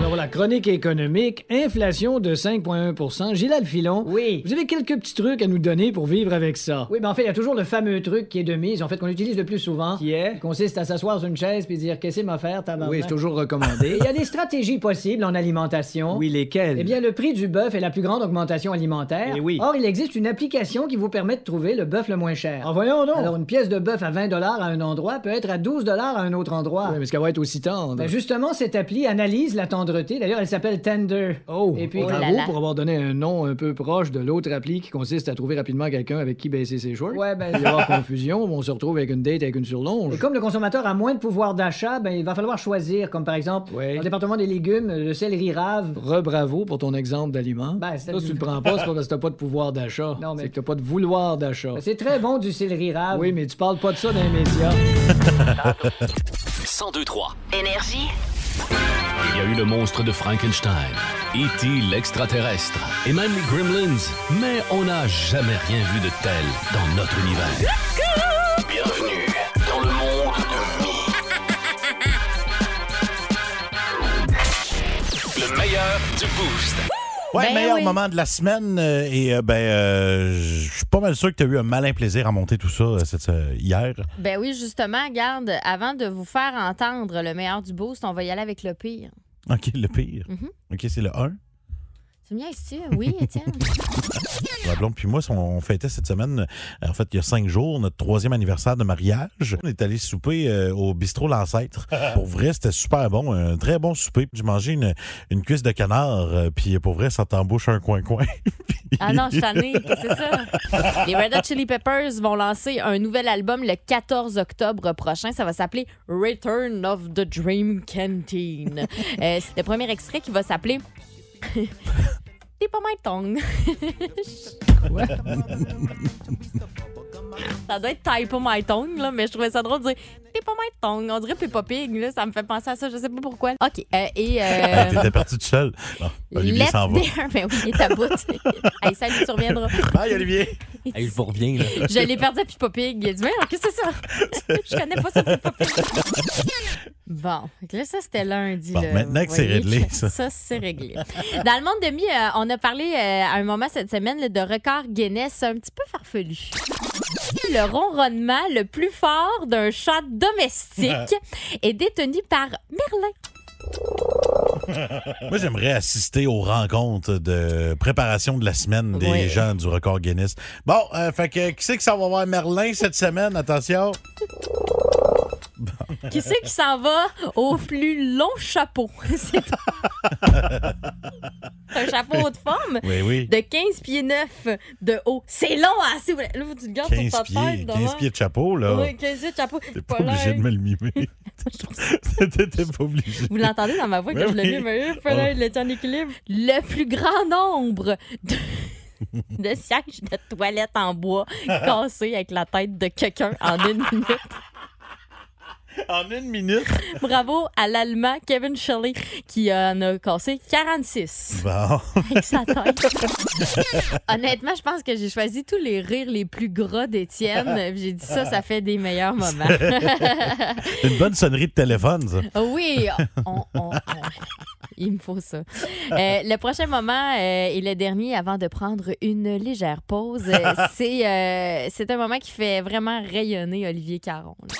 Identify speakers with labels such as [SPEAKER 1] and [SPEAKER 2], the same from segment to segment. [SPEAKER 1] Alors, la chronique économique, inflation de 5,1 Gilal Filon.
[SPEAKER 2] Oui.
[SPEAKER 1] Vous avez quelques petits trucs à nous donner pour vivre avec ça.
[SPEAKER 2] Oui, ben en fait, il y a toujours le fameux truc qui est de mise, en fait, qu'on utilise le plus souvent.
[SPEAKER 1] Qui est?
[SPEAKER 2] consiste à s'asseoir sur une chaise puis dire Qu'est-ce que m'a faire, ta
[SPEAKER 1] Oui, c'est toujours recommandé.
[SPEAKER 2] Il y a des stratégies possibles en alimentation.
[SPEAKER 1] oui, lesquels?
[SPEAKER 2] Eh bien, le prix du bœuf est la plus grande augmentation alimentaire.
[SPEAKER 1] Eh oui.
[SPEAKER 2] Or, il existe une application qui vous permet de trouver le bœuf le moins cher.
[SPEAKER 1] En Ah, voyons donc.
[SPEAKER 2] Alors, une pièce de bœuf à 20 à un endroit peut être à 12 à un autre endroit.
[SPEAKER 1] Oui, mais ce qu'elle va être aussi tendre.
[SPEAKER 2] Ben, justement, cette appli analyse la tendreté. D'ailleurs, elle s'appelle Tender.
[SPEAKER 1] Oh,
[SPEAKER 2] Et puis-
[SPEAKER 1] bravo
[SPEAKER 2] Oh
[SPEAKER 3] là là.
[SPEAKER 1] pour avoir donné un nom un peu proche de l'autre appli qui consiste à trouver rapidement quelqu'un avec qui baisser ses shorts.
[SPEAKER 2] Ouais, ben.
[SPEAKER 1] Il va y avoir confusion, on se retrouve avec une date avec une
[SPEAKER 2] Et
[SPEAKER 1] surlonge.
[SPEAKER 2] comme le consommateur a moins de pouvoir d'achat, ben, il va falloir choisir, comme par exemple,
[SPEAKER 1] Ouais.
[SPEAKER 2] dans le département des légumes, le céleri rave.
[SPEAKER 1] Re-bravo pour ton exemple d'aliment.
[SPEAKER 2] Ben, c'est-
[SPEAKER 1] ça, si tu le prends pas, c'est pas parce que t'as pas de pouvoir d'achat.
[SPEAKER 2] Non, mais- Ben,
[SPEAKER 1] C'est que t'as pas de vouloir d'achat.
[SPEAKER 2] C'est très bon du céleri rave.
[SPEAKER 1] Oui, mais tu parles pas de ça dans les médias.
[SPEAKER 4] 1023.
[SPEAKER 3] Énergie.
[SPEAKER 4] Il y a eu le monstre de Frankenstein, E.T. l'extraterrestre et même les Gremlins, mais on n'a jamais rien vu de tel dans notre univers.
[SPEAKER 5] Bienvenue dans le monde de Mi. Le meilleur du Boost.
[SPEAKER 6] Ouais,
[SPEAKER 3] Ben
[SPEAKER 6] meilleur
[SPEAKER 3] oui.
[SPEAKER 6] moment de la semaine. euh, et euh, ben, euh, je suis pas mal sûr que tu as eu un malin plaisir à monter tout ça euh, cette, euh, hier.
[SPEAKER 3] Ben oui, justement, garde, avant de vous faire entendre le meilleur du boost, on va y aller avec le pire.
[SPEAKER 6] OK, le pire.
[SPEAKER 3] Mhm.
[SPEAKER 6] OK, c'est le 1.
[SPEAKER 3] Tu me ici? Oui, Étienne.
[SPEAKER 6] Ma blonde puis moi, on- on fêtait cette semaine, euh, en fait, il y a cinq jours, notre troisième anniversaire de mariage. On est allé souper euh, au bistrot L'Ancêtre. pour vrai, c'était super bon, un très bon souper. J'ai mangé une, une cuisse de canard, euh, puis pour vrai, ça t'embouche un coin-coin.
[SPEAKER 3] Ah non, je t'en ai, c'est ça. Les Red Hot Chili Peppers vont lancer un nouvel album le 14 octobre prochain. Ça va s'appeler Return of the Dream Canteen. Euh, c'est le premier extrait qui va s'appeler. T'es pas my tongue. ça doit être Type of my tongue, là, mais je trouvais ça drôle de dire T'es pas my tongue. On dirait Peppa Pig, là, ça me fait penser à ça, je sais pas pourquoi. OK. euh, et. euh,
[SPEAKER 6] Hey, T'étais parti tout seul. Bon, Ah, Olivier
[SPEAKER 3] Let
[SPEAKER 6] s'en va.
[SPEAKER 3] there- Ben oui, il est à bout. hey, salut, tu reviendras.
[SPEAKER 6] Bye, Olivier!
[SPEAKER 7] Hey, je vous reviens, là.
[SPEAKER 3] Je l'ai perdu à Pippa Pig. Il a dit, mais qu'est-ce que c'est ça? je connais pas ça, Pippa Pig. Bon, fait que là, ça, c'était lundi.
[SPEAKER 6] Bon,
[SPEAKER 3] là.
[SPEAKER 6] maintenant
[SPEAKER 3] Vous
[SPEAKER 6] que c'est
[SPEAKER 3] voyez,
[SPEAKER 6] réglé,
[SPEAKER 3] je-
[SPEAKER 6] ça.
[SPEAKER 3] Ça, c'est réglé. Dans le monde de mi, euh, on a parlé euh, à un moment cette semaine là, de record Guinness un petit peu farfelu. Le ronronnement le plus fort d'un chat domestique est détenu par Merlin.
[SPEAKER 6] Moi, j'aimerais assister aux rencontres de préparation de la semaine des
[SPEAKER 3] Oui.
[SPEAKER 6] gens du record Guinness. Bon, euh, fait que qui c'est que ça va voir Merlin cette semaine? Attention!
[SPEAKER 3] Qui c'est qui s'en va au plus long chapeau? C'est C'est un chapeau haute forme
[SPEAKER 6] Oui, oui.
[SPEAKER 3] de 15 pieds 9 de haut. C'est long, hein? si vous- Là, vous tu le gardes sur
[SPEAKER 6] 15
[SPEAKER 3] ta
[SPEAKER 6] pieds,
[SPEAKER 3] tête.
[SPEAKER 6] 15
[SPEAKER 3] devant.
[SPEAKER 6] pieds de chapeau, là.
[SPEAKER 3] hein. Oui, 15 pieds de chapeau.
[SPEAKER 6] T'es
[SPEAKER 3] Pas
[SPEAKER 6] pas obligé
[SPEAKER 3] l'air.
[SPEAKER 6] de me le mimer. T'étais pas obligé.
[SPEAKER 3] Vous l'entendez dans ma voix que
[SPEAKER 6] Oui,
[SPEAKER 3] je le
[SPEAKER 6] Ben oui. Ah.
[SPEAKER 3] mets, mais il fallait le tient en équilibre. Le plus grand nombre de, de sièges de toilettes en bois cassés avec la tête de quelqu'un en une minute.
[SPEAKER 6] En une minute.
[SPEAKER 3] Bravo à l'Allemand Kevin Shelley qui euh, en a cassé 46.
[SPEAKER 6] Bon.
[SPEAKER 3] avec sa tête. Honnêtement, je pense que j'ai choisi tous les rires les plus gras d'Étienne. Puis J'ai dit ça, ça fait des meilleurs moments.
[SPEAKER 6] Une bonne sonnerie de téléphone, ça.
[SPEAKER 3] Ah oui, on, on- on- il me faut ça. Euh, le prochain moment euh, et le dernier avant de prendre une légère pause, euh, c'est euh, c'est un moment qui fait vraiment rayonner Olivier Caron. là.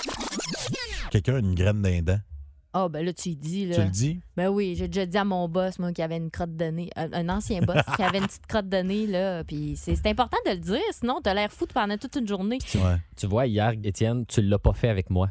[SPEAKER 6] Quelqu'un a une graine d'un dent.
[SPEAKER 3] Ah, ben là, tu y dis. Là.
[SPEAKER 6] Tu le dis?
[SPEAKER 3] Ben oui, j'ai déjà dit à mon boss, moi, qui avait une crotte de nez, euh, un, un ancien boss qui avait une petite crotte de nez, là. Puis c'est c'est important de le dire, sinon, t'as l'air fou de pendant toute une journée.
[SPEAKER 6] Ouais.
[SPEAKER 7] Tu vois, hier, Étienne, tu l'as pas fait avec moi.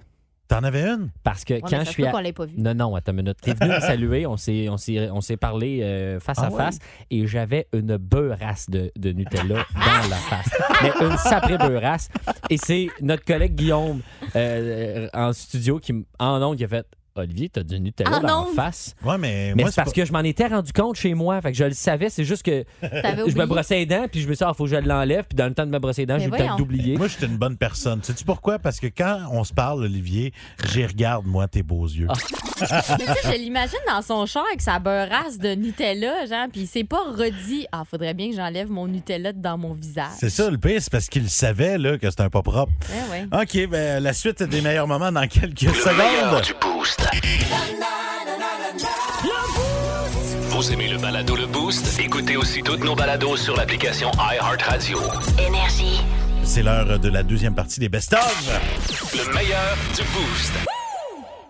[SPEAKER 6] T'en avais une?
[SPEAKER 7] Parce que
[SPEAKER 3] Ouais, mais
[SPEAKER 7] quand
[SPEAKER 3] ça
[SPEAKER 7] je
[SPEAKER 3] se
[SPEAKER 7] suis
[SPEAKER 3] peut
[SPEAKER 7] à-
[SPEAKER 3] qu'on l'ait pas vu.
[SPEAKER 7] Non, non, attends une minute. T'es venu me saluer, on s'est, on s'est, on s'est parlé euh, face
[SPEAKER 6] Ah
[SPEAKER 7] à
[SPEAKER 6] ouais?
[SPEAKER 7] face et j'avais une beurasse de, de Nutella dans la face. Mais une sacrée beurasse. Et c'est notre collègue Guillaume euh, en studio qui, m- en ondes, qui a fait Olivier, t'as du Nutella
[SPEAKER 3] En
[SPEAKER 7] dans
[SPEAKER 3] ondes?
[SPEAKER 7] la face.
[SPEAKER 6] Ouais, mais,
[SPEAKER 7] Mais
[SPEAKER 6] moi,
[SPEAKER 7] c'est parce que je m'en étais rendu compte chez moi. Fait que je le savais, c'est juste que
[SPEAKER 3] T'avais
[SPEAKER 7] je me
[SPEAKER 3] oublié.
[SPEAKER 7] brossais les dents puis je me suis dit, ah, faut que je l'enlève. Puis dans le temps de me brosser les dents,
[SPEAKER 3] Mais
[SPEAKER 7] j'ai eu le
[SPEAKER 3] voyons.
[SPEAKER 7] temps d'oublier.
[SPEAKER 6] Moi, j'étais une bonne personne. Sais-tu pourquoi? Parce que quand on se parle, Olivier, j'y regarde, moi, tes beaux yeux.
[SPEAKER 7] Ah.
[SPEAKER 3] Mais tu sais, je l'imagine dans son char avec sa beurasse de Nutella, genre, puis il s'est pas redit Ah, faudrait bien que j'enlève mon Nutella dans mon visage.
[SPEAKER 6] C'est ça, le pire, c'est parce qu'il savait là, que c'était un pas propre.
[SPEAKER 3] Ouais, ouais.
[SPEAKER 6] OK, ben, la suite des meilleurs moments dans quelques
[SPEAKER 5] Le meilleur
[SPEAKER 6] secondes.
[SPEAKER 5] du boost. Vous aimez le balado Le Boost? Écoutez aussi toutes nos balados sur l'application iHeartRadio.
[SPEAKER 8] Énergie.
[SPEAKER 6] C'est l'heure de la deuxième partie des best-of.
[SPEAKER 5] Le meilleur du boost.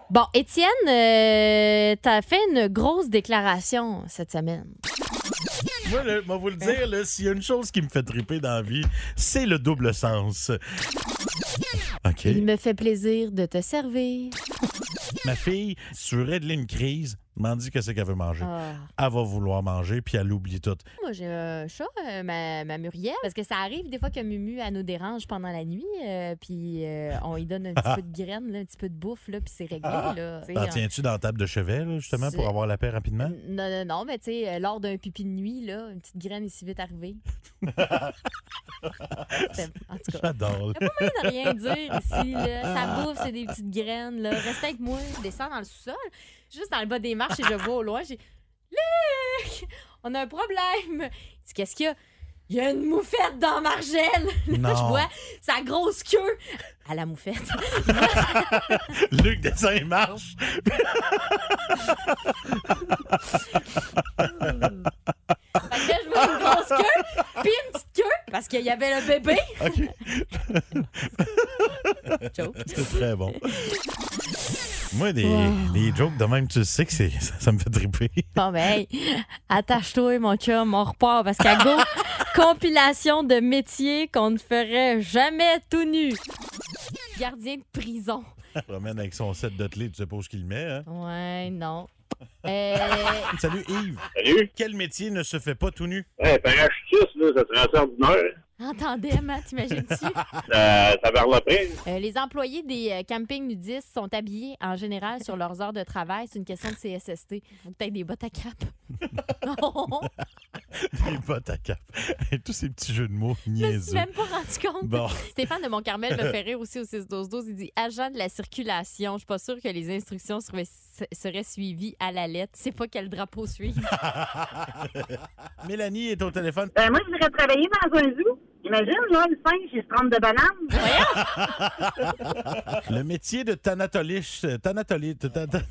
[SPEAKER 3] Bon, Étienne, euh, t'as fait une grosse déclaration cette semaine.
[SPEAKER 6] Moi, là, moi, vous le dire, là, s'il y a une chose qui me fait triper dans la vie, c'est le double sens. OK.
[SPEAKER 3] Il me fait plaisir de te servir.
[SPEAKER 6] Ma fille, si tu veux régler une crise, m'en dit qu'est-ce qu'elle veut manger.
[SPEAKER 3] Ah.
[SPEAKER 6] Elle va vouloir manger, puis elle oublie tout.
[SPEAKER 3] Moi, j'ai un chat, euh, ma, ma Muriel, parce que ça arrive des fois que Mumu, elle nous dérange pendant la nuit, euh, puis euh, on lui donne un petit peu de graines, là, un petit peu de bouffe, là, puis c'est réglé. Là, Tu sais,
[SPEAKER 6] Ah, T'en
[SPEAKER 3] on-
[SPEAKER 6] tiens-tu dans la table de chevet, là, justement,
[SPEAKER 3] C'est-
[SPEAKER 6] pour avoir la paix rapidement?
[SPEAKER 3] Non, non, non, mais tu sais, euh, lors d'un pipi de nuit, là, une petite graine est si vite arrivée. C'est- en tout cas,
[SPEAKER 6] J'adore. là.
[SPEAKER 3] moyen de rien dire ici. Là. Ça bouffe, c'est des petites graines. Là. Restez avec moi. Je descends dans le sous-sol, juste dans le bas des marches et je vois au loin. J'ai Luc, on a un problème. Il dit Qu'est-ce qu'il y a Il y a une moufette dans Margelle. Là, je
[SPEAKER 6] Non.
[SPEAKER 3] vois sa grosse queue à la moufette.
[SPEAKER 6] Luc descend et marche.
[SPEAKER 3] Fait que là, je vois une grosse queue, puis une petite queue, parce qu'il y avait le bébé.
[SPEAKER 6] OK.
[SPEAKER 3] Joke.
[SPEAKER 6] C'est très bon. Moi, des, des jokes de même, tu le sais que c'est- ça, ça me fait triper.
[SPEAKER 3] Bon, ben, hey, attache-toi, mon chum, on repart parce qu'à go, compilation de métiers qu'on ne ferait jamais tout nu. Gardien de prison.
[SPEAKER 6] Il Promène avec son set de clés, tu supposes qu'il le met. Hein?
[SPEAKER 3] Ouais, non. Euh,
[SPEAKER 6] Salut Yves.
[SPEAKER 9] Salut.
[SPEAKER 6] Quel métier ne se fait pas tout nu?
[SPEAKER 9] Ouais, ben, parachutiste, là, ça serait assez ordinaire.
[SPEAKER 3] en tandem, hein, t'imagines-tu?
[SPEAKER 9] Ça, ça varloperait.
[SPEAKER 3] Euh, les employés des euh, campings nudistes sont habillés en général sur leurs heures de travail. C'est une question de CSST. Faut peut-être des bottes à cap.
[SPEAKER 6] Il botte à cap. Et tous ces petits jeux de mots
[SPEAKER 3] Je me suis
[SPEAKER 6] niaiseux.
[SPEAKER 3] même pas rendu compte.
[SPEAKER 6] Bon.
[SPEAKER 3] Stéphane de Montcarmel me fait rire aussi au 6-12-12. Il dit agent de la circulation. Je suis pas sûre que les instructions seraient, seraient suivies à la lettre. C'est pas quel drapeau suivre.
[SPEAKER 6] Mélanie est au téléphone.
[SPEAKER 8] Ben, moi, je voudrais travailler dans un zoo. Imagine, là, le singe, il se trompe de banane.
[SPEAKER 6] Le métier de thanatoliche. euh, Thanatoli. ta- ta- ta-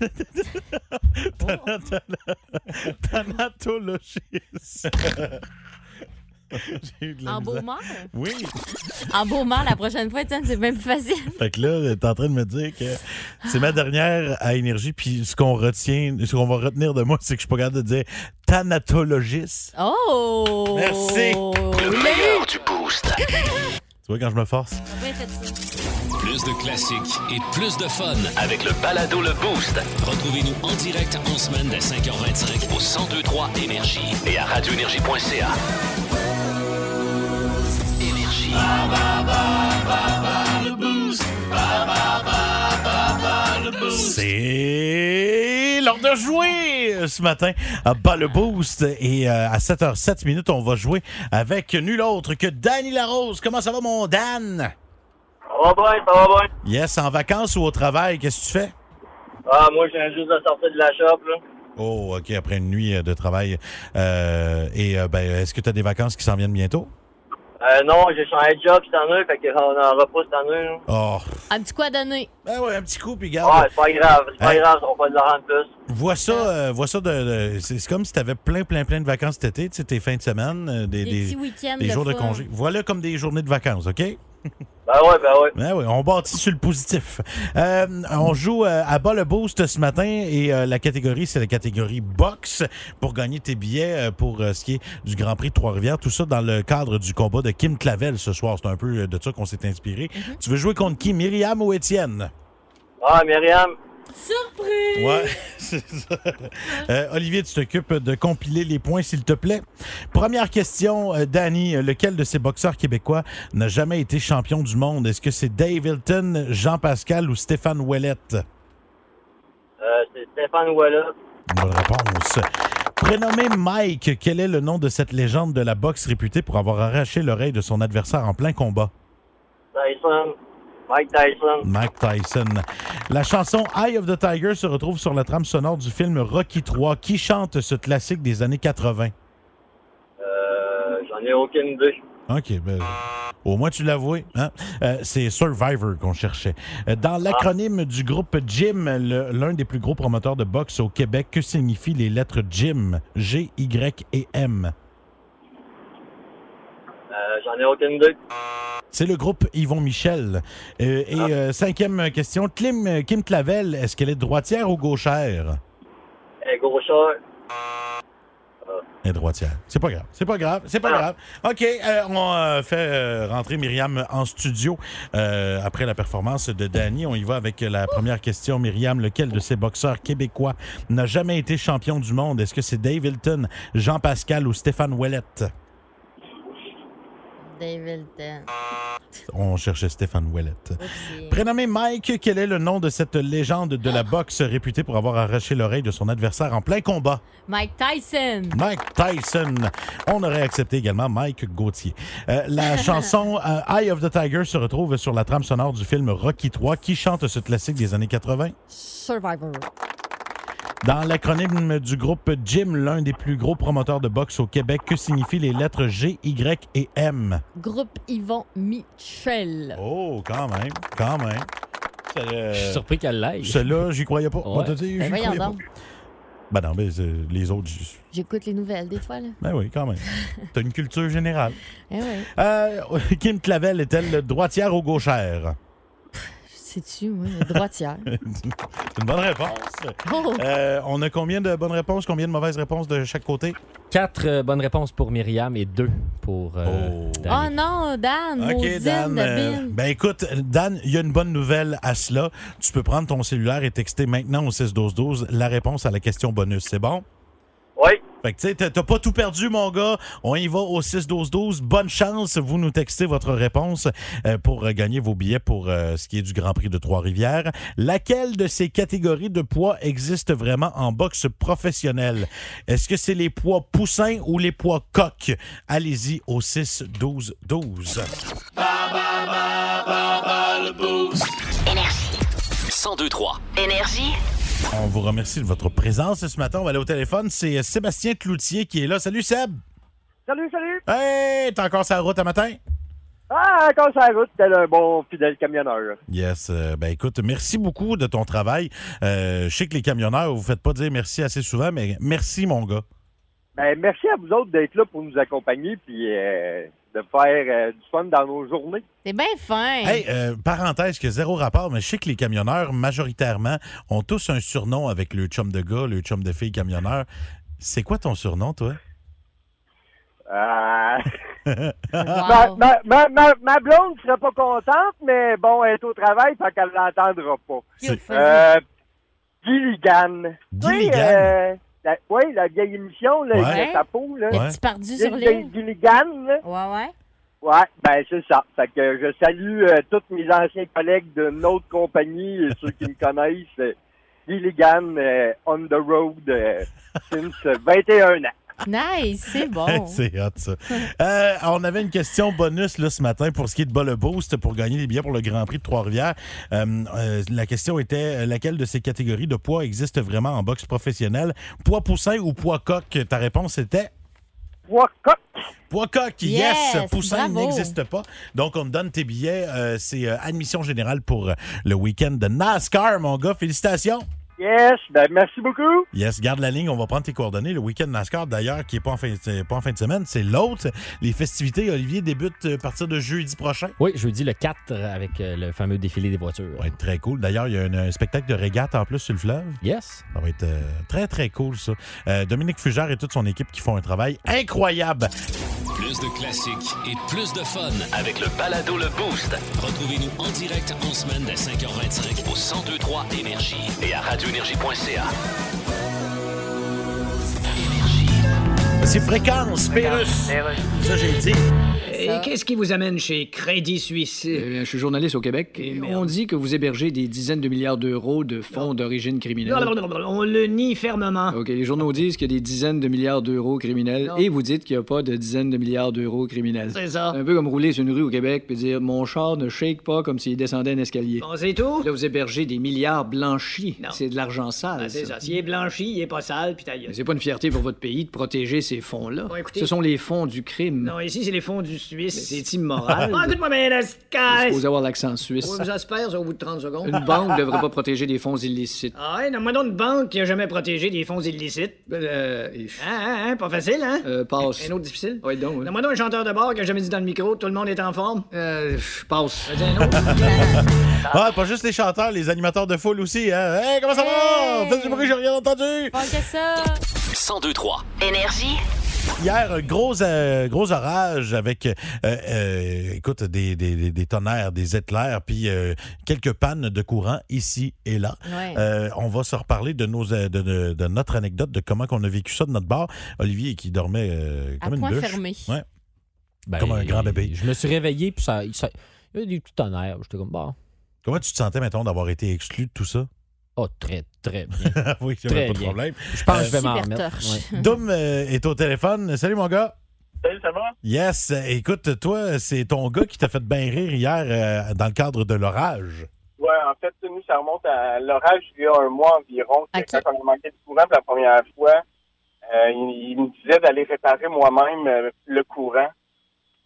[SPEAKER 6] Thanatol- Thanatologiste. J'ai eu de la
[SPEAKER 3] En
[SPEAKER 6] misère.
[SPEAKER 3] Beaumont.
[SPEAKER 6] Oui.
[SPEAKER 3] En Beaumont, la prochaine fois, Étienne, c'est même plus facile.
[SPEAKER 6] Fait que là, t'es en train de me dire que c'est ma dernière à énergie, puis ce qu'on retient, ce qu'on va retenir de moi, c'est que je suis pas capable de dire thanatologiste.
[SPEAKER 3] Oh!
[SPEAKER 6] Merci.
[SPEAKER 3] Oui,
[SPEAKER 5] Le
[SPEAKER 3] mais-
[SPEAKER 5] meilleur du boost.
[SPEAKER 6] Tu vois, quand je me force.
[SPEAKER 3] Ouais, faites ça.
[SPEAKER 4] Plus de classiques et plus de fun.
[SPEAKER 5] Avec le balado Le Boost
[SPEAKER 4] Retrouvez-nous en direct en semaine dès 5h25
[SPEAKER 5] au 1023 Énergie et à radioénergie.ca. Énergie.
[SPEAKER 6] C'est l'heure de jouer ce matin à Bas le Boost. Et euh, à 7h07 minutes, on va jouer avec nul autre que Danny Larose. Comment ça va, mon Dan?
[SPEAKER 9] Ça va bien, ça va bien.
[SPEAKER 6] Yes, en vacances ou au travail, qu'est-ce que tu fais?
[SPEAKER 9] Ah, moi, j'ai juste de sortir de la shop, là.
[SPEAKER 6] Oh, OK, après une nuit euh, de travail. Euh, et euh, ben, est-ce que tu as des vacances qui s'en viennent bientôt?
[SPEAKER 9] Euh, non, j'ai changé de job cette année, fait qu'on en repousse cette année, là.
[SPEAKER 6] Oh,
[SPEAKER 3] Un petit quoi donner?
[SPEAKER 6] ben ouais, un petit coup, puis garde. Hein?
[SPEAKER 9] Ouais, c'est pas grave, c'est pas
[SPEAKER 6] Hey.
[SPEAKER 9] grave, on va de l'argent de plus.
[SPEAKER 6] Vois ça, euh, vois ça de, de- c'est c'est comme si t'avais plein, plein, plein de vacances cet été, tu sais, tes fins de semaine, euh, des,
[SPEAKER 3] Des,
[SPEAKER 6] des-
[SPEAKER 3] petits week-ends.
[SPEAKER 6] des jours de
[SPEAKER 3] fun.
[SPEAKER 6] congé. Voilà comme des journées de vacances, OK?
[SPEAKER 9] Ben ouais, ben ouais.
[SPEAKER 6] Ben oui, on bâtit sur le positif. Euh, on joue euh, à bas le boost ce matin et euh, la catégorie, c'est la catégorie box pour gagner tes billets euh, pour euh, ce qui est du Grand Prix de Trois-Rivières. Tout ça dans le cadre du combat de Kim Clavel ce soir. C'est un peu euh, de ça qu'on s'est inspiré.
[SPEAKER 3] Mm-hmm.
[SPEAKER 6] Tu veux jouer contre qui, Myriam ou Étienne?
[SPEAKER 9] Ah, Myriam.
[SPEAKER 3] Surprise!
[SPEAKER 6] Ouais, c'est ça. Euh, Olivier, tu t'occupes de compiler les points, s'il te plaît. Première question, euh, Danny. Lequel de ces boxeurs québécois n'a jamais été champion du monde? Est-ce que c'est Dave Hilton, Jean-Pascal ou Stéphane Ouellette?
[SPEAKER 9] Euh, c'est Stéphane Ouellet.
[SPEAKER 6] Bonne réponse. Prénommé Mike, quel est le nom de cette légende de la boxe réputée pour avoir arraché l'oreille de son adversaire en plein combat?
[SPEAKER 9] Tyson. Mike Tyson.
[SPEAKER 6] Mike Tyson. La chanson Eye of the Tiger se retrouve sur la trame sonore du film Rocky 3. Qui chante ce classique des années 80?
[SPEAKER 9] Euh, j'en ai aucune idée.
[SPEAKER 6] OK, ben, au moins tu l'avouais. Hein? Euh, c'est Survivor qu'on cherchait. Euh, Dans l'acronyme du groupe Jim, le- l'un des plus gros promoteurs de boxe au Québec, que signifient les lettres Jim, G, Y et M?
[SPEAKER 9] Euh, j'en ai aucune idée.
[SPEAKER 6] C'est le groupe Yvon Michel. Euh, et euh, cinquième question, Kim, Kim Clavel, est-ce qu'elle est droitière ou gauchère?
[SPEAKER 9] Eh, gros char.
[SPEAKER 6] Elle est droitière. C'est pas grave. C'est pas grave. C'est pas grave. OK, euh, on euh, fait euh, rentrer Myriam en studio euh, après la performance de Danny. On y va avec la première question. Myriam, lequel de ces boxeurs québécois n'a jamais été champion du monde? Est-ce que c'est Dave Hilton, Jean-Pascal ou Stéphane Ouellette?
[SPEAKER 3] Dave Hilton.
[SPEAKER 6] On cherchait Stéphane Ouellette. Prénommé Mike, quel est le nom de cette légende de la boxe réputée pour avoir arraché l'oreille de son adversaire en plein combat?
[SPEAKER 3] Mike Tyson.
[SPEAKER 6] Mike Tyson. On aurait accepté également Mike Gauthier. Euh, la chanson euh, Eye of the Tiger se retrouve sur la trame sonore du film Rocky 3. Qui chante ce classique des années 80?
[SPEAKER 3] Survivor.
[SPEAKER 6] Dans l'acronyme du groupe Jim, l'un des plus gros promoteurs de boxe au Québec, que signifient les lettres G, Y et M?
[SPEAKER 3] Groupe Yvon Michel.
[SPEAKER 6] Oh, quand même, quand même.
[SPEAKER 7] Je suis surpris qu'elle l'aille.
[SPEAKER 6] Cela, Euh, j'y croyais pas.
[SPEAKER 7] Ouais.
[SPEAKER 6] Ben, j'y
[SPEAKER 3] Ben voyons
[SPEAKER 6] croyais pas.
[SPEAKER 3] donc.
[SPEAKER 6] Ben non, ben, euh, les autres, j'y-
[SPEAKER 3] J'écoute les nouvelles des fois, là.
[SPEAKER 6] ben oui, quand même. T'as une culture générale.
[SPEAKER 3] Eh ouais.
[SPEAKER 6] Euh, Kim Clavel est-elle droitière ou gauchère?
[SPEAKER 3] Sais-tu, moi, droitière.
[SPEAKER 6] C'est une bonne réponse.
[SPEAKER 3] Oh!
[SPEAKER 6] Euh, on a combien de bonnes réponses, combien de mauvaises réponses de chaque côté?
[SPEAKER 7] Quatre euh, bonnes réponses pour Myriam et deux pour euh,
[SPEAKER 6] Oh.
[SPEAKER 3] Oh
[SPEAKER 7] Danny.
[SPEAKER 3] non, Dan, maudine
[SPEAKER 6] euh,
[SPEAKER 3] bine.
[SPEAKER 6] ben écoute, Dan, il y a une bonne nouvelle à cela. Tu peux prendre ton cellulaire et texter maintenant au 6-12-12 la réponse à la question bonus. C'est bon?
[SPEAKER 9] Oui.
[SPEAKER 6] Fait que tu sais, t'as- t'as pas tout perdu, mon gars. On y va au 6-12-12. Bonne chance. Vous nous textez votre réponse euh, pour euh, gagner vos billets pour euh, ce qui est du Grand Prix de Trois-Rivières. Laquelle de ces catégories de poids existe vraiment en boxe professionnelle? Est-ce que c'est les poids poussins ou les poids coq? Allez-y au 6-12-12.
[SPEAKER 5] 1023.
[SPEAKER 8] Énergie.
[SPEAKER 6] On vous remercie de votre présence ce matin. On va aller au téléphone. C'est euh, Sébastien Cloutier qui est là. Salut, Seb.
[SPEAKER 9] Salut, salut.
[SPEAKER 6] Hey, t'es encore sur la route à matin?
[SPEAKER 9] Ah, quand ça route, t'es un bon fidèle camionneur.
[SPEAKER 6] Yes. Euh, ben écoute, merci beaucoup de ton travail. Euh, je sais que les camionneurs, vous faites pas dire merci assez souvent, mais merci, mon gars.
[SPEAKER 9] Ben, merci à vous autres d'être là pour nous accompagner puis euh, de faire euh, du fun dans nos journées.
[SPEAKER 3] C'est bien fin.
[SPEAKER 6] Hey, euh, parenthèse que zéro rapport, mais je sais que les camionneurs, majoritairement, ont tous un surnom avec le chum de gars, le chum de fille camionneur. C'est quoi ton surnom, toi?
[SPEAKER 9] Euh, ma,
[SPEAKER 10] Ben,
[SPEAKER 3] Wow.
[SPEAKER 9] ma, ma, ma, ma blonde serait pas contente, mais bon, elle est au travail, fait qu'elle l'entendra pas.
[SPEAKER 3] Cute, vas-y.
[SPEAKER 9] Euh, Gilligan.
[SPEAKER 6] Gilligan?
[SPEAKER 9] oui, la vieille émission, là,
[SPEAKER 6] Ouais.
[SPEAKER 9] avec le chapeau, là.
[SPEAKER 3] Le
[SPEAKER 6] ouais.
[SPEAKER 3] petit pardu sur
[SPEAKER 9] Gilligan,
[SPEAKER 3] l'île.
[SPEAKER 9] Gilligan, là.
[SPEAKER 3] Ouais, ouais.
[SPEAKER 9] Ouais, ben c'est ça. Fait que je salue euh, tous mes anciens collègues d'une autre compagnie, et ceux qui me connaissent. euh, Gilligan euh, on the road euh, since euh, 21 ans.
[SPEAKER 3] Nice, c'est bon.
[SPEAKER 6] C'est hot, ça. Euh, on avait une question bonus là, ce matin pour ce qui est de bas le boost pour gagner les billets pour le Grand Prix de Trois-Rivières. Euh, euh, la question était euh, laquelle de ces catégories de poids existe vraiment en boxe professionnelle? Poids poussin ou poids coq? Ta réponse était?
[SPEAKER 9] Trois coques.
[SPEAKER 6] Poids coq, yes!
[SPEAKER 3] Yes,
[SPEAKER 6] Poussin
[SPEAKER 3] bravo.
[SPEAKER 6] n'existe pas. Donc, on te donne tes billets. Euh, C'est euh, admission générale pour euh, le week-end de NASCAR, mon gars. Félicitations!
[SPEAKER 9] Yes, ben merci beaucoup.
[SPEAKER 6] Yes, garde la ligne, on va prendre tes coordonnées. Le week-end NASCAR, d'ailleurs, qui n'est pas, en fin- c'est pas en fin de semaine, c'est l'autre. Les festivités, Olivier, débutent euh, à partir de jeudi prochain.
[SPEAKER 7] Oui, jeudi le 4 avec euh, le fameux défilé des voitures.
[SPEAKER 6] Ça va être très cool. D'ailleurs, il y a une- un spectacle de régate en plus sur le fleuve.
[SPEAKER 7] Yes.
[SPEAKER 6] Ça va être euh, très, très cool, ça. Euh, Dominique Fugère et toute son équipe qui font un travail incroyable.
[SPEAKER 5] Plus de classiques et plus de fun avec le balado Le Boost. Retrouvez-nous en direct en semaine dès 5h25 au 1023 Énergie et à radioénergie.ca.
[SPEAKER 6] C'est Fréquence, Pérus. Ça, j'ai dit.
[SPEAKER 2] Et qu'est-ce qui vous amène chez Crédit Suisse? Eh
[SPEAKER 1] Eh bien, je suis journaliste au Québec. Et on dit que vous hébergez des dizaines de milliards d'euros de fonds d'origine criminelle.
[SPEAKER 2] Blablabla, On le nie fermement.
[SPEAKER 1] OK, les journaux disent qu'il y a des dizaines de milliards d'euros criminels
[SPEAKER 2] Non.
[SPEAKER 1] et vous dites qu'il n'y a pas de dizaines de milliards d'euros criminels.
[SPEAKER 2] C'est ça.
[SPEAKER 1] C'est un peu comme rouler sur une rue au Québec puis dire mon char ne shake pas comme s'il descendait un escalier.
[SPEAKER 2] Bon, c'est tout?
[SPEAKER 1] Là, vous hébergez des milliards blanchis.
[SPEAKER 2] Non.
[SPEAKER 1] C'est de l'argent sale.
[SPEAKER 2] Ah, c'est
[SPEAKER 1] ça.
[SPEAKER 2] ça. S'il est blanchi, il est pas sale, puis ta
[SPEAKER 1] Mais
[SPEAKER 2] gueule.
[SPEAKER 1] C'est pas une fierté pour votre pays de protéger ces fonds-là.
[SPEAKER 2] Bon, écoutez-
[SPEAKER 1] Ce sont les fonds du crime.
[SPEAKER 2] Non, ici, c'est les fonds du Suisse.
[SPEAKER 1] C'est immoral.
[SPEAKER 2] Ah, écoute-moi bien, la
[SPEAKER 1] Il
[SPEAKER 2] sky!
[SPEAKER 1] faut avoir l'accent suisse.
[SPEAKER 2] Vous asperges au bout de 30 secondes.
[SPEAKER 1] Une banque devrait pas protéger des fonds illicites.
[SPEAKER 2] Ah ouais, non, moi donc une banque qui a jamais protégé des fonds illicites.
[SPEAKER 1] Euh, et-
[SPEAKER 2] Hein, hein, hein, pas facile, hein?
[SPEAKER 1] euh, passe.
[SPEAKER 2] Un autre difficile?
[SPEAKER 1] Ouais, donc, ouais.
[SPEAKER 2] Non, moi donc un chanteur de bar qui a jamais dit dans le micro, tout le monde est en forme.
[SPEAKER 1] Euh, je passe.
[SPEAKER 2] Vas-y, un autre.
[SPEAKER 6] Ah, pas juste les chanteurs, les animateurs de foule aussi. Hein? Hey, comment ça va?
[SPEAKER 3] Hey!
[SPEAKER 6] Faites du bruit, j'ai rien entendu.
[SPEAKER 3] Bon, que ça.
[SPEAKER 5] 1023.
[SPEAKER 8] Énergie.
[SPEAKER 6] Hier, un gros, euh, gros orage avec, euh, euh, écoute, des, des- des- des tonnerres, des éclairs, puis euh, quelques pannes de courant ici et là.
[SPEAKER 3] Ouais.
[SPEAKER 6] Euh, on va se reparler de, nos, euh, de, de- de notre anecdote, de comment on a vécu ça de notre bar. Olivier qui dormait euh,
[SPEAKER 3] à
[SPEAKER 6] comme une
[SPEAKER 3] point
[SPEAKER 6] bûche.
[SPEAKER 3] fermé.
[SPEAKER 6] Ouais. Comme un grand bébé.
[SPEAKER 7] Ben, Je me suis réveillé, puis ça, ça- il y a eu des petits tonnerres. J'étais comme, bah,
[SPEAKER 6] Comment tu te sentais, mettons, d'avoir été exclu de tout ça?
[SPEAKER 7] oh, très, très bien.
[SPEAKER 6] oui, il y
[SPEAKER 7] Très
[SPEAKER 6] avait pas de
[SPEAKER 7] bien.
[SPEAKER 6] problème.
[SPEAKER 7] Je pense que je vais m'en
[SPEAKER 3] Super
[SPEAKER 7] remettre.
[SPEAKER 3] torche.
[SPEAKER 7] Ouais.
[SPEAKER 6] Dom euh, est au téléphone. Salut, mon gars.
[SPEAKER 9] Salut, ça va?
[SPEAKER 6] Yes, euh, écoute, toi, c'est ton gars qui t'a fait bien rire hier euh, dans le cadre de l'orage.
[SPEAKER 9] Ouais, en fait, nous, ça remonte à l'orage il y a un mois environ. que
[SPEAKER 3] Ok.
[SPEAKER 9] Quand on a manqué du courant pour la première fois, euh, il, il me disait d'aller réparer moi-même euh, le courant.